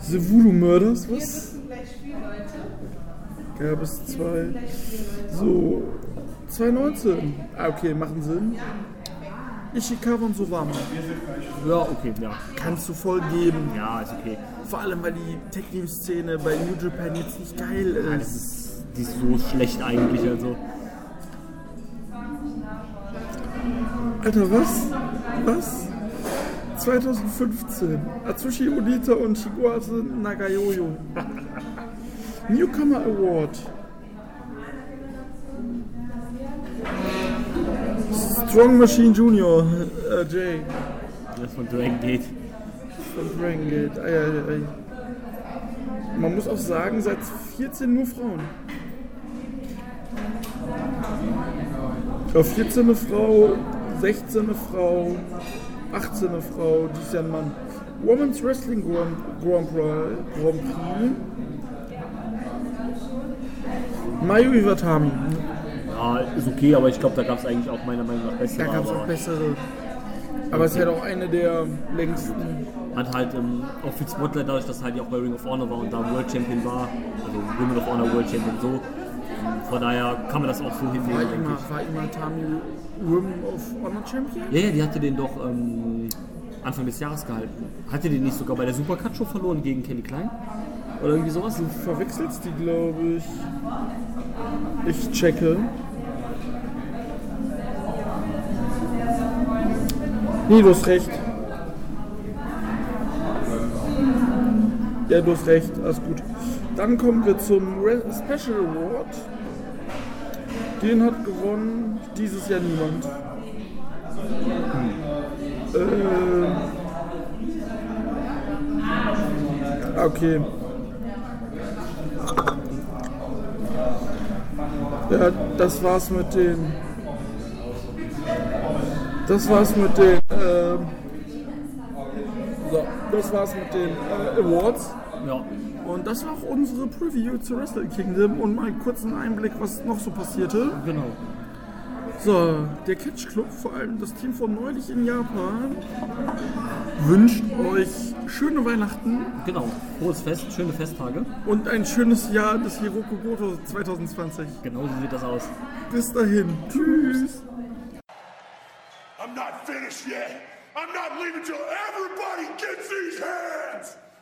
S3: The Voodoo Murders, was? Gab es zwei. So, 2019. Ah, okay, machen Sinn. Ishikawa und Sowama.
S4: Ja, okay, ja.
S3: Kannst du voll geben.
S4: Ja, ist okay.
S3: Vor allem, weil die Tech Team Szene bei New Japan jetzt nicht geil
S4: Das
S3: ist.
S4: ist, die ist so schlecht eigentlich, also.
S3: Alter, was? Was? 2015. Atsushi Onita und Shiguase Nagayoyo. Newcomer Award. Strong Machine Junior, äh, Jay
S4: Das von Dragon Gate.
S3: von Dragon Gate. Ei, ei, ei. Man muss auch sagen, seit 14 nur Frauen. Auf 14 eine Frau, 16 eine Frau, 18 eine Frau, dies Jahr ein Mann. Women's Wrestling Grand, Grand, Pri- Grand Prix. Mayu Iwatami.
S4: Ja, ist okay, aber ich glaube, da gab es eigentlich auch meiner Meinung nach bessere.
S3: Da gab es
S4: aber
S3: auch bessere. Aber es ist halt auch eine der längsten.
S4: Hat halt ähm, auch viel Spotlight dadurch, dass er halt ja auch bei Ring of Honor war und da World Champion war. Also Women of Honor World Champion so. Von daher kann man das auch so hinnehmen,
S3: War
S4: denke
S3: immer,
S4: ich.
S3: war immer Tami Women of Honor Champion?
S4: Ja, ja, die hatte den doch ähm, Anfang des Jahres gehalten. Hatte den nicht sogar bei der Supercut Show verloren gegen Kelly Klein? Oder irgendwie sowas?
S3: Du verwechselst die, glaube ich. Ich checke. Nee, du hast recht. Ja, du hast recht, alles gut. Dann kommen wir zum Re Special Award. Den hat gewonnen dieses Jahr niemand. Ähm. Okay. Ja, das war's mit den. Das war's mit den. ähm, so, das war's mit den äh, Awards.
S4: Ja.
S3: Und das war auch unsere Preview zu Wrestle Kingdom und mal einen kurzen Einblick, was noch so passierte.
S4: Genau.
S3: So, der Catch Club, vor allem das Team von neulich in Japan, wünscht euch schöne Weihnachten
S4: Genau. Frohes Fest, schöne Festtage.
S3: und ein schönes Jahr des Hiroko Goto 2020.
S4: Genau so sieht das aus.
S3: Bis dahin. Tschüss.
S5: I'm not finished yet. I'm not leaving till everybody gets these hands.